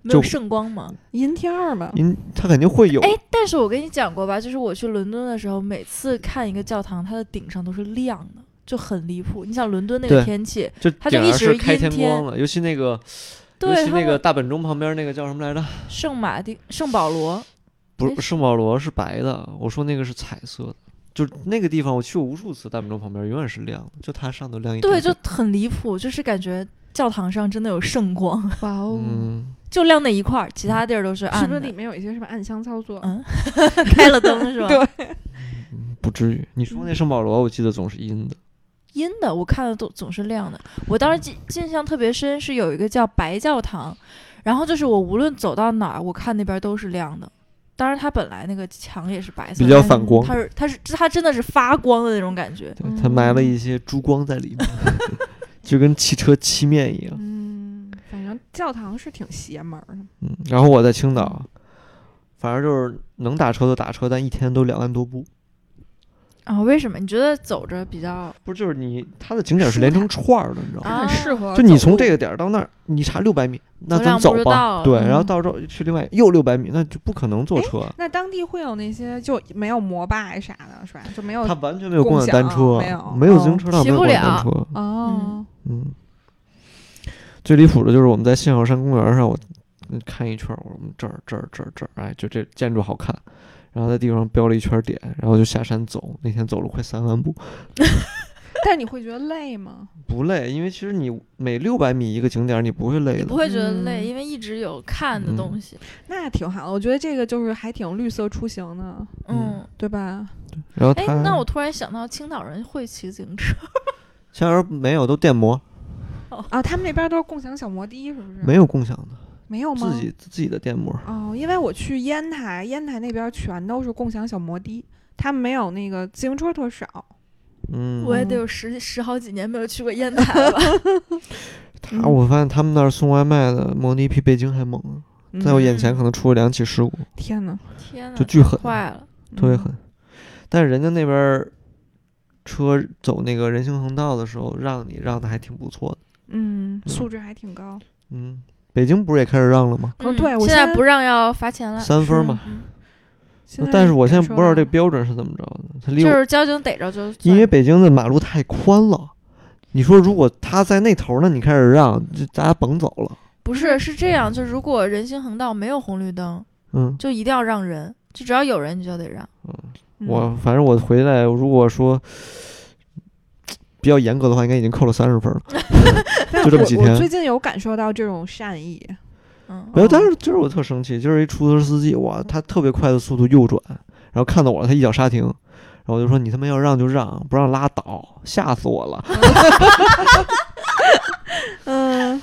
Speaker 1: 没有
Speaker 2: 就
Speaker 1: 圣光吗？
Speaker 3: 阴天儿嘛，
Speaker 2: 因它肯定会有。
Speaker 1: 哎，但是我跟你讲过吧，就是我去伦敦的时候，每次看一个教堂，它的顶上都是亮的，就很离谱。你想伦敦那
Speaker 2: 对
Speaker 1: 个天气，
Speaker 2: 就
Speaker 1: 它就
Speaker 2: 顶
Speaker 1: 一
Speaker 2: 上
Speaker 1: 直
Speaker 2: 是开
Speaker 1: 阴
Speaker 2: 天
Speaker 1: 天
Speaker 2: 光了，尤其那个，尤
Speaker 1: 对，
Speaker 2: 其
Speaker 1: 他
Speaker 2: 那个
Speaker 1: 们
Speaker 2: 大本钟旁边那个叫什么来着？
Speaker 1: 圣马丁、圣保罗，
Speaker 2: 不
Speaker 1: 哎
Speaker 2: 是圣保罗是白的，我说那个是彩色的，就是那个地方我去过无数次，大本钟旁边永远是亮的，就它上头亮一点
Speaker 1: 对，
Speaker 2: 点。
Speaker 1: 就很离谱，就是感觉教堂上真的有圣光，
Speaker 3: 哇哦
Speaker 2: 嗯，
Speaker 1: 就亮那一块儿，其他地儿都是
Speaker 3: 是
Speaker 1: 暗
Speaker 3: 不是
Speaker 1: 的。
Speaker 3: 里面有一些什么暗箱操作？
Speaker 1: 嗯，开了 灯是吧？
Speaker 3: 对，
Speaker 1: 嗯
Speaker 2: 不至于。你说那圣保罗，我记得总是阴的。
Speaker 1: 阴的，我看的都总是亮的。我当时记印象特别深，是有一个叫白教堂，然后就是我无论走到哪儿，我看那边都是亮的。当然，它本来那个墙也是白色的，
Speaker 2: 比较
Speaker 1: 但是
Speaker 2: 反
Speaker 1: 嗯
Speaker 2: 光
Speaker 1: 它嗯是它是它真的是发光的那种感觉。
Speaker 2: 对，它埋了一些珠光在里面， 就跟汽车漆面一样。
Speaker 3: 嗯，反正教堂是挺邪门儿的。
Speaker 2: 嗯，然后我在青岛，反正就是能打车就打车，但一天都两万多步。
Speaker 1: 啊、为什么？你觉得走着比较
Speaker 2: 不是，就是你它的景点是连成串儿的，你知道吗？
Speaker 1: 啊
Speaker 3: 很适合
Speaker 2: 就你从
Speaker 3: 走
Speaker 2: 这
Speaker 3: 路
Speaker 2: 个点儿到那儿，你差六百米，那
Speaker 1: 走
Speaker 2: 咱
Speaker 1: 两步
Speaker 2: 走
Speaker 1: 就到
Speaker 2: 吧。
Speaker 1: 了
Speaker 2: 对，
Speaker 1: 嗯
Speaker 2: 然后到时候去另外又六百米，那就不可能坐
Speaker 3: 哎
Speaker 2: 车。
Speaker 3: 那当地会有那些就没有摩拜啥的，是吧？就没有
Speaker 2: 它完全没有
Speaker 3: 共
Speaker 2: 共享单
Speaker 3: 享
Speaker 2: 车，
Speaker 3: 没有
Speaker 2: 没有自
Speaker 3: 哦
Speaker 2: 行车道，
Speaker 1: 骑
Speaker 2: 没有
Speaker 1: 不
Speaker 2: 共享
Speaker 1: 了
Speaker 2: 单车。
Speaker 3: 哦，
Speaker 2: 嗯，最离谱的就是我们在信号山公园上，我嗯看一圈儿，我说我们这儿这儿这儿这儿，哎，就这建筑好看，然后在地方标了一圈儿点，然后就下山走。那天走了快三万步，
Speaker 3: 但你会觉得累吗？
Speaker 2: 不累，因为其实你每六百米一个景点儿，你不会累
Speaker 1: 不
Speaker 2: 的。
Speaker 1: 会觉得累？
Speaker 3: 嗯
Speaker 1: 因为一直有看
Speaker 2: 嗯
Speaker 1: 的东西。
Speaker 3: 那挺好的，我觉得这个就是还挺绿色出行的，
Speaker 1: 嗯，
Speaker 3: 对吧？
Speaker 2: 然后
Speaker 1: 哎、
Speaker 2: 它，
Speaker 1: 那我突然想到，青岛人会骑自行车，
Speaker 2: 前儿没有，都电摩，
Speaker 3: 啊，他们那边都是共享小摩的，是不
Speaker 1: 嗯
Speaker 3: 是？
Speaker 2: 没有共享的，
Speaker 3: 没有吗？
Speaker 2: 自己自己的电摩。
Speaker 3: 哦，因为我去烟台，烟台那边全都是共享小摩的，他们没有那个自行车特少。
Speaker 2: 嗯，
Speaker 1: 我也得有十十好几年没有去过烟台 了吧？
Speaker 2: 他啊我发现他们那儿送外卖的摩的比北京还猛啊，在我眼前
Speaker 1: 嗯
Speaker 2: 可能出了两起事故，
Speaker 3: 天哪，
Speaker 1: 天哪，
Speaker 2: 就巨狠。
Speaker 1: 坏了！
Speaker 2: 特别
Speaker 3: 嗯
Speaker 2: 狠。但是人家那边儿车走那个人行横道的时候，让你让的还挺不错的。
Speaker 3: 嗯，
Speaker 2: 嗯
Speaker 3: 素质还挺高。
Speaker 2: 嗯，北京不是也开始让了吗？
Speaker 3: 哦对
Speaker 1: 嗯
Speaker 3: 我
Speaker 1: 现
Speaker 3: 现
Speaker 1: 在
Speaker 3: 在
Speaker 1: 不让要罚钱了。
Speaker 2: 三分儿嘛。
Speaker 1: 嗯
Speaker 2: 但是我现
Speaker 3: 感
Speaker 2: 在
Speaker 3: 受
Speaker 2: 不知道
Speaker 3: 到
Speaker 2: 这
Speaker 3: 了
Speaker 2: 标准是怎么着的。它离
Speaker 1: 就
Speaker 2: 我，
Speaker 1: 是交警逮着就
Speaker 2: 因
Speaker 1: 算
Speaker 2: 为北京的马路太宽了。你说如果他在那头呢，你开始让，就大家甭走了。
Speaker 1: 不是是这样，就如果人行横道没有红绿灯，
Speaker 2: 嗯，
Speaker 1: 就一定要让人，就只要有人你就得让。
Speaker 3: 嗯
Speaker 2: 我反正我回来，如果说比较严格的话，应该已经扣了三十分了。
Speaker 3: 嗯但
Speaker 2: 就这么
Speaker 3: 我
Speaker 2: 几
Speaker 3: 我
Speaker 2: 天
Speaker 3: 最近有感受到这种善意，
Speaker 1: 嗯，
Speaker 2: 没有，但
Speaker 3: 哦
Speaker 2: 是就是我特生气，就是一出租车司机，哇，他特别快的速度右转，然后看到我，他一脚刹停，然后我就说你他妈要让就让，不让拉倒，吓死我了。
Speaker 3: 嗯，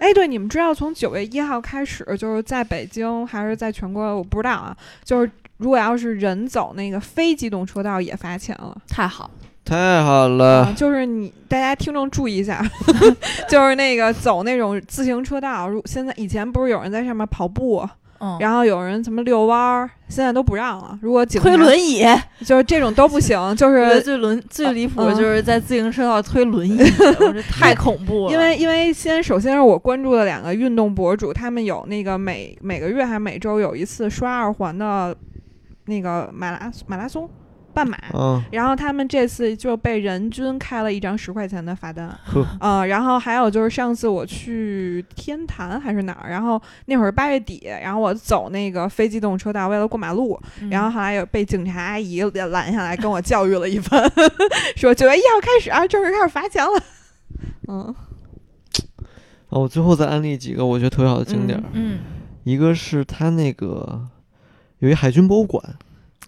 Speaker 3: 哎，对，你们知道从九月一号开始，就是在北京还是在全国，我不知道啊。就是如果要是人走那个非机动车道也罚钱了，
Speaker 1: 太好了，
Speaker 2: 太好
Speaker 3: 啊，
Speaker 2: 了，
Speaker 3: 就是你大家听众注意一下， 就是那个走那种自行车道，如现在以前不是有人在上面跑步，
Speaker 1: 嗯，
Speaker 3: 然后有人什么遛弯儿，现在都不让了。如果警察
Speaker 1: 推轮椅，
Speaker 3: 就是这种都不行，就
Speaker 1: 我觉得
Speaker 3: 是。
Speaker 1: 最轮最离谱的
Speaker 3: 嗯
Speaker 1: 就是在自行车道推轮 椅，我这太恐怖了。
Speaker 3: 因为因为先首先是我关注的两个运动博主，他们有那个每每个月还每周有一次刷二环的那个马拉马拉松半马，
Speaker 1: 哦
Speaker 2: 嗯，
Speaker 3: 然后他们这次就被人均开了一张十块钱的罚单，
Speaker 2: 呵，
Speaker 3: 嗯、然后还有就是上次我去天坛还是哪儿，然后那会儿八月底，然后我走那个非机动车道，为了过马路，
Speaker 1: 嗯
Speaker 3: 然后后来有被警察阿姨给拦下来，跟我教育了一番， 说九月一号开始啊，正式开始罚钱了。嗯
Speaker 2: 啊，我最后再安利几个我觉得特别好的景点儿，
Speaker 1: 嗯
Speaker 2: 一个是它那个有一海军博物馆，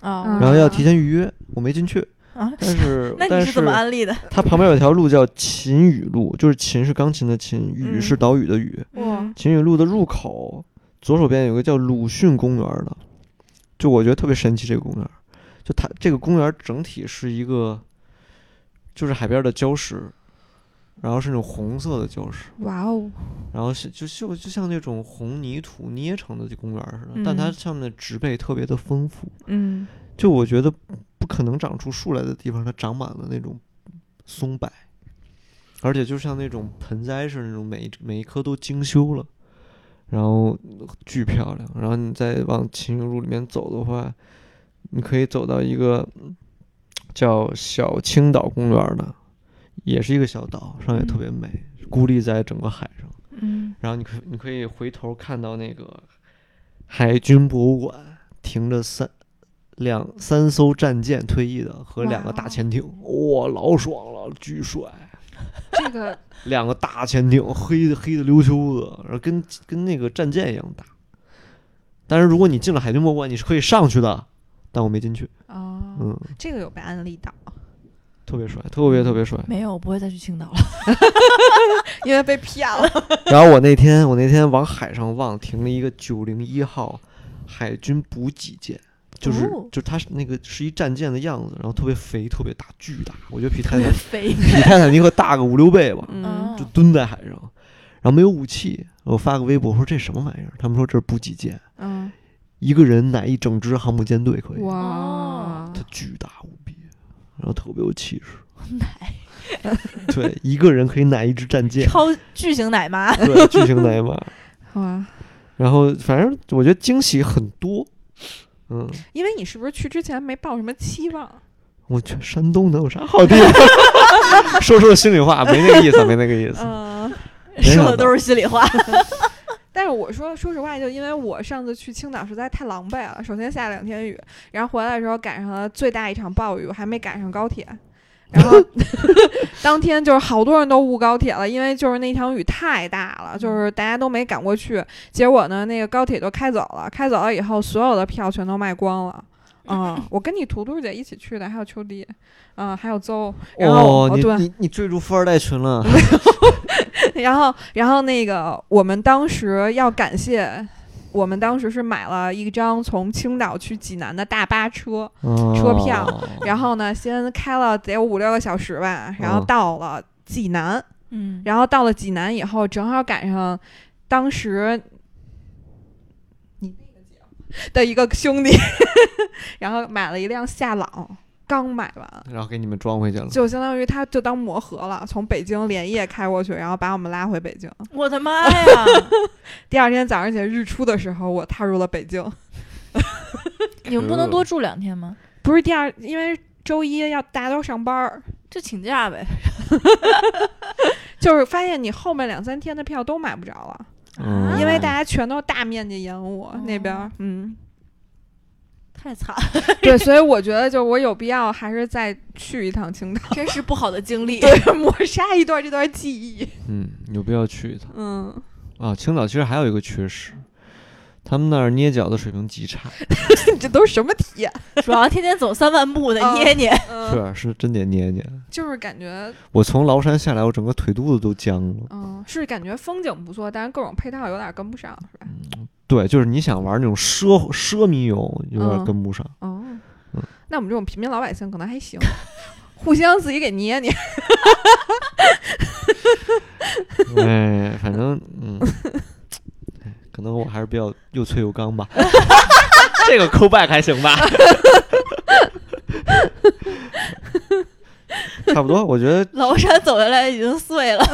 Speaker 1: 啊
Speaker 3: 嗯
Speaker 2: 然后要提前预约，我没进去，
Speaker 1: 啊，
Speaker 2: 但是
Speaker 1: 那
Speaker 2: 但
Speaker 1: 你是怎么安利的？
Speaker 2: 它旁边有条路叫琴屿路，就是琴是钢琴的琴，屿是
Speaker 3: 嗯
Speaker 2: 岛屿的屿，
Speaker 1: 哇
Speaker 2: 秦宇路的入口左手边有个叫鲁迅公园的，就我觉得特别神奇这个公园，就它这个公园整体是一个，就是海边的礁石，然后是那种红色的礁石，
Speaker 3: 哇哦，
Speaker 2: 然后是就就就像那种红泥土捏成的这公园似的，但它
Speaker 3: 嗯
Speaker 2: 上面的植被特别的丰富，
Speaker 3: 嗯
Speaker 2: 就我觉得不可能长出树来的地方，它长满了那种松柏，而且就像那种盆栽似的，那种每一每一棵都精修了，然后巨漂亮。然后你再往秦涌路里面走的话，你可以走到一个叫小青岛公园的，也是一个小岛，上也特别美，孤立在整个海上。
Speaker 1: 嗯
Speaker 2: 然后你可你可以回头看到那个海军博物馆停着三两三艘战舰退役的和两个
Speaker 3: 哇
Speaker 2: 大
Speaker 3: 哦
Speaker 2: 潜艇，哇、老爽了，巨帅！
Speaker 3: 这个
Speaker 2: 两个大潜艇，黑的黑的溜秋的，然后跟跟那个战舰一样大。但是如果你进了海军博物馆，你是可以上去的，但我没进去。
Speaker 3: 哦，
Speaker 2: 嗯，
Speaker 3: 这个有被安利到，
Speaker 2: 特别帅，特别特别帅。
Speaker 1: 没有，我不会再去青岛了。
Speaker 3: 因为被骗了。
Speaker 2: 然后我那天我那天往海上望，停了一个九零一号海军补给舰，就是、
Speaker 1: 哦
Speaker 2: 就它是那个是一战舰的样子，然后特别肥，特别大，巨大，我觉得比泰 坦
Speaker 1: 肥，
Speaker 2: 比泰坦尼克大个五六倍吧，
Speaker 1: 嗯
Speaker 2: 就蹲在海上，然后没有武器。我发个微博我说这什么玩意儿，他们说这是补给舰，
Speaker 3: 嗯，
Speaker 2: 一个人乃一整支航母舰队可以，
Speaker 3: 哇
Speaker 1: 哦，
Speaker 2: 它巨大无比，然后特别有气势。
Speaker 1: 奶
Speaker 2: 对，一个人可以奶一支战 舰，
Speaker 1: 超巨型奶妈，
Speaker 2: 对，巨型奶马。
Speaker 3: 哇，
Speaker 2: 然后反正我觉得惊喜很多，嗯，
Speaker 3: 因为你是不是去之前没抱什么期望？
Speaker 2: 我去山东能有啥好地方？ 说说心里话，没那个意思，没那个意思。
Speaker 3: 嗯，
Speaker 2: 没想
Speaker 1: 说
Speaker 2: 到
Speaker 1: 的都是心里话。
Speaker 3: 但是我说说实话，就因为我上次去青岛实在太狼狈了，首先下了两天雨，然后回来的时候赶上了最大一场暴雨，我还没赶上高铁。然后 当天就是好多人都误高铁了，因为就是那场雨太大了，就是大家都没赶过去。结果呢，那个高铁就开走了，开走了以后，所有的票全都卖光了。嗯，我跟你图图姐一起去的，还有秋迪，嗯，还有邹，然后、
Speaker 2: 哦，你
Speaker 3: 对，
Speaker 2: 你你坠入富二代群了，
Speaker 3: 然后，然后那个我们当时要感谢，我们当时是买了一张从青岛去济南的大巴车，车票
Speaker 2: 哦
Speaker 3: 然后呢，先开了得有五六个小时吧，然后
Speaker 2: 嗯
Speaker 3: 到了济南，
Speaker 1: 嗯，
Speaker 3: 然后到了济南以后，正好赶上当时你那个姐的一个兄弟， 然后买了一辆夏朗，刚买完。
Speaker 2: 然后给你们装回去了。
Speaker 3: 就相当于他就当磨合了，从北京连夜开过去，然后把我们拉回北京。
Speaker 1: 我的妈呀！
Speaker 3: 第二天早上起来日出的时候，我踏入了北京。
Speaker 1: 你们不能多住两天吗？
Speaker 3: 不是第二，因为周一要大家都上班儿，
Speaker 1: 就请假呗。
Speaker 3: 就是发现你后面两三天的票都买不着了，
Speaker 2: 嗯
Speaker 3: 因为大家全都大面积延误、那边儿
Speaker 1: 哦。
Speaker 3: 嗯，
Speaker 1: 太惨，
Speaker 3: 对，所以我觉得就我有必要还是再去一趟青岛，
Speaker 1: 真是不好的经 历。
Speaker 3: 对， 抹杀一段这段记忆。
Speaker 2: 嗯，有必要去一趟
Speaker 3: 嗯，
Speaker 2: 啊。青岛其实还有一个缺失，他们那儿捏脚的水平极差，
Speaker 3: 这都是什么体 验？
Speaker 1: 主要天天走三万步的
Speaker 3: 哦
Speaker 1: 捏捏，
Speaker 3: 嗯，
Speaker 2: 是是真得捏捏。
Speaker 3: 就是感觉，
Speaker 2: 我从崂山下来，我整个腿肚子都僵了。
Speaker 3: 嗯，是感觉风景不错，但是各种配套有点跟不上，是吧？
Speaker 2: 对，就是你想玩那种奢奢靡游，有点
Speaker 3: 嗯
Speaker 2: 跟不上。
Speaker 3: 哦
Speaker 2: 嗯，
Speaker 3: 那我们这种平民老百姓可能还 行，互相自己给捏捏。
Speaker 2: 哎，反正嗯，哎可能我还是比较又脆又刚 吧。这个 callback 还行吧？差不多，我觉得
Speaker 1: 崂山走下来已经碎了。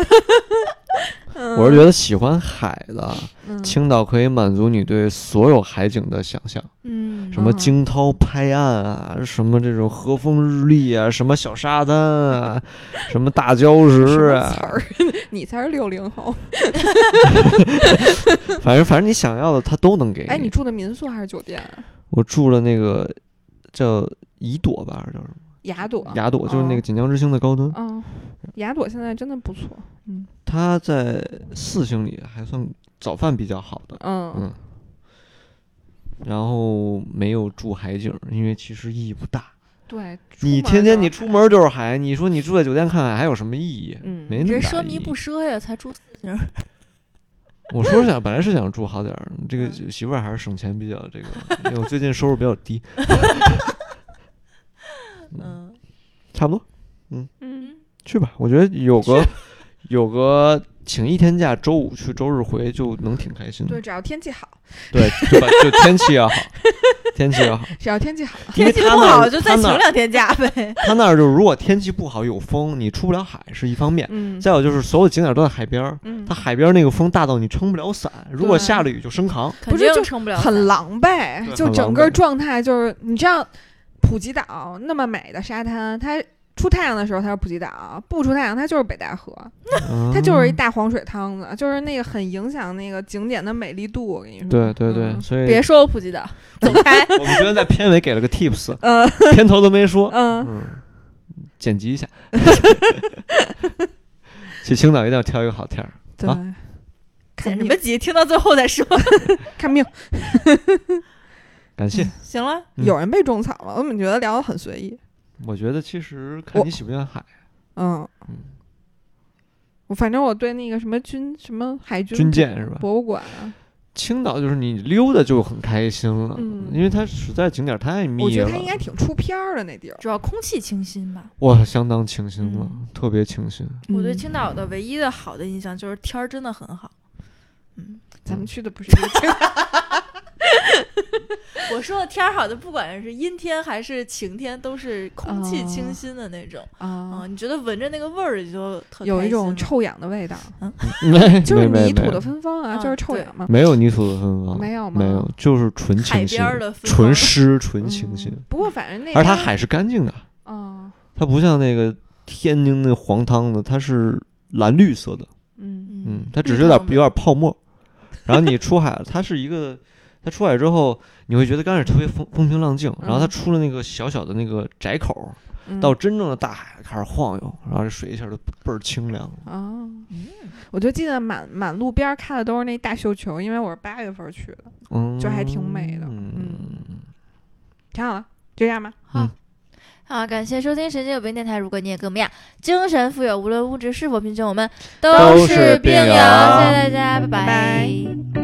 Speaker 2: 我是觉得喜欢海的
Speaker 3: 嗯
Speaker 2: 青岛可以满足你对所有海景的想象，
Speaker 1: 嗯
Speaker 2: 什么
Speaker 3: 嗯
Speaker 2: 惊涛拍岸啊，什么这种和风日丽啊，什么小沙滩啊，什么大礁
Speaker 3: 什
Speaker 2: 石
Speaker 3: 么
Speaker 2: 啊
Speaker 3: 词，儿？ 你才是六零后。
Speaker 2: 反正反正你想要的它都能给
Speaker 3: 哎，你住的民宿还是酒店啊？
Speaker 2: 我住了那个叫怡朵吧，叫什么？
Speaker 3: 雅朵。
Speaker 2: 雅朵，就是那个
Speaker 3: 哦
Speaker 2: 锦江之星的高端。
Speaker 3: 嗯，雅朵现在真的不错。
Speaker 2: 它在四星里还算早饭比较好的，
Speaker 3: 嗯，
Speaker 2: 嗯。然后没有住海景，因为其实意义不大。
Speaker 3: 对。
Speaker 2: 你
Speaker 3: 出门
Speaker 2: 天天你
Speaker 3: 就
Speaker 2: 出门就是海，你说你住在酒店看海还有什么意义？
Speaker 3: 嗯
Speaker 2: 没那
Speaker 1: 这
Speaker 2: 么
Speaker 1: 奢
Speaker 2: 大意
Speaker 1: 靡
Speaker 2: 义
Speaker 1: 不。奢呀，才住。
Speaker 2: 我说是想本来是想住好点儿，这个
Speaker 3: 嗯
Speaker 2: 媳妇儿还是省钱比较 这个，因为我最近收入比较低，
Speaker 1: 嗯，
Speaker 2: 差不多。
Speaker 3: 嗯，
Speaker 2: 去吧，我觉得有个有个请一天假，周五去，周日回就能挺开心的
Speaker 3: 对，。只要天气好，
Speaker 2: 对，就把就天气要好，天气要好，
Speaker 3: 只要天气好，
Speaker 2: 因为
Speaker 1: 天气
Speaker 2: 他
Speaker 1: 不
Speaker 2: 那
Speaker 1: 好
Speaker 2: 儿
Speaker 1: 就
Speaker 2: 他
Speaker 1: 再请
Speaker 2: 那儿
Speaker 1: 两天假 呗。
Speaker 2: 他那儿就是如果天气不好有风，你出不了海是一方面，
Speaker 3: 嗯
Speaker 2: 再有就是所有景点都在海边儿，
Speaker 3: 嗯
Speaker 2: 它，海边儿那个风大到你撑不了伞，如果
Speaker 3: 对
Speaker 2: 下了雨就升扛。
Speaker 1: 肯
Speaker 3: 不是
Speaker 1: 定
Speaker 3: 就
Speaker 1: 撑不了伞，
Speaker 3: 很狼狈，
Speaker 2: 对
Speaker 3: 就
Speaker 2: 很
Speaker 3: 整
Speaker 2: 狼
Speaker 3: 个
Speaker 2: 狈
Speaker 3: 状态就是你知道，普吉岛那么美的沙滩，它出太阳的时候它是普吉岛，不出太阳它就是北戴河，
Speaker 2: 嗯
Speaker 3: 它就是一
Speaker 2: 啊
Speaker 3: 大黄水汤子，就是那个很影响那个景点的美丽度。我跟你说，
Speaker 2: 对对对，
Speaker 3: 嗯
Speaker 2: 所以
Speaker 1: 别说我普吉岛，走开。
Speaker 2: 我们昨天在片尾给了个 tips，
Speaker 3: 呃
Speaker 2: 片头都没说，
Speaker 3: 嗯，
Speaker 2: 嗯，剪辑一下。去青岛一定要挑一个好天儿。
Speaker 3: 对，
Speaker 2: 啊
Speaker 1: 剪
Speaker 3: 看
Speaker 1: 什么辑？听到最后再说。
Speaker 3: 看命。
Speaker 2: 感谢，
Speaker 1: 行了，
Speaker 2: 嗯
Speaker 3: 有人被种草了，我怎么觉得聊得很随意？
Speaker 2: 我觉得其实看你喜不喜欢海，
Speaker 3: 嗯
Speaker 2: 嗯，
Speaker 3: 我反正我对那个什么军什么海军
Speaker 2: 军舰是吧？
Speaker 3: 博物馆啊，
Speaker 2: 青岛就是你溜达就很开心了，
Speaker 3: 嗯
Speaker 2: 因为它实在景点太密了。
Speaker 3: 我觉得它应该挺出片儿的那地儿。
Speaker 1: 主要空气清新吧。
Speaker 2: 哇，相当清新了，
Speaker 3: 嗯
Speaker 2: 特别清 新。
Speaker 1: 我对青岛的唯一的好的印象就是天儿真的很好。嗯，
Speaker 3: 咱们去的不是一个 青岛，
Speaker 1: 我说的天儿好的，不管是阴天还是晴天，都是空气
Speaker 2: 哦
Speaker 1: 清新的那种。啊，
Speaker 3: 啊，
Speaker 1: 你觉得闻着那个味儿你就特
Speaker 3: 有一种
Speaker 1: 开心了
Speaker 3: 臭氧的味道，
Speaker 2: 没
Speaker 3: 就是
Speaker 2: 没没
Speaker 3: 泥土
Speaker 2: 没
Speaker 3: 的芬芳啊，
Speaker 1: 嗯
Speaker 3: 就是臭氧嘛。
Speaker 2: 没有泥土的芬芳，
Speaker 3: 没有吗
Speaker 2: 没有，就是纯
Speaker 1: 海
Speaker 2: 清新
Speaker 1: 边，儿的芬芳
Speaker 2: 纯湿纯清新。
Speaker 3: 嗯不过反正那
Speaker 2: 而它
Speaker 3: 边
Speaker 2: 海是干净的，
Speaker 3: 啊，
Speaker 2: 它不像那个天津那黄汤的，它是蓝绿色的，
Speaker 3: 嗯
Speaker 2: 嗯，它只是有点
Speaker 1: 绿
Speaker 2: 有
Speaker 1: 汤
Speaker 2: 点泡沫。然后你出海了，它是一个，它出海之后你会觉得刚开始特别风风平浪静，然后它
Speaker 3: 嗯
Speaker 2: 出了那个小小的那个窄口，
Speaker 3: 嗯
Speaker 2: 到真正的大海开始晃悠，然后这水一下就倍儿清凉了。
Speaker 3: 啊，
Speaker 1: 嗯
Speaker 3: 我就记得满满路边儿开的都是那大绣球，因为我是八月份去的，
Speaker 2: 嗯，
Speaker 3: 就还挺美的
Speaker 2: 嗯，
Speaker 3: 挺好的，就这样吧。
Speaker 1: 好，感谢收听神经有病电台。如果你也跟我们一样精神富有，无论物质是否贫穷，我们
Speaker 2: 都是
Speaker 1: 是
Speaker 2: 病
Speaker 1: 病
Speaker 2: 友
Speaker 1: 友。谢谢大家，
Speaker 3: 拜
Speaker 1: 拜
Speaker 3: 拜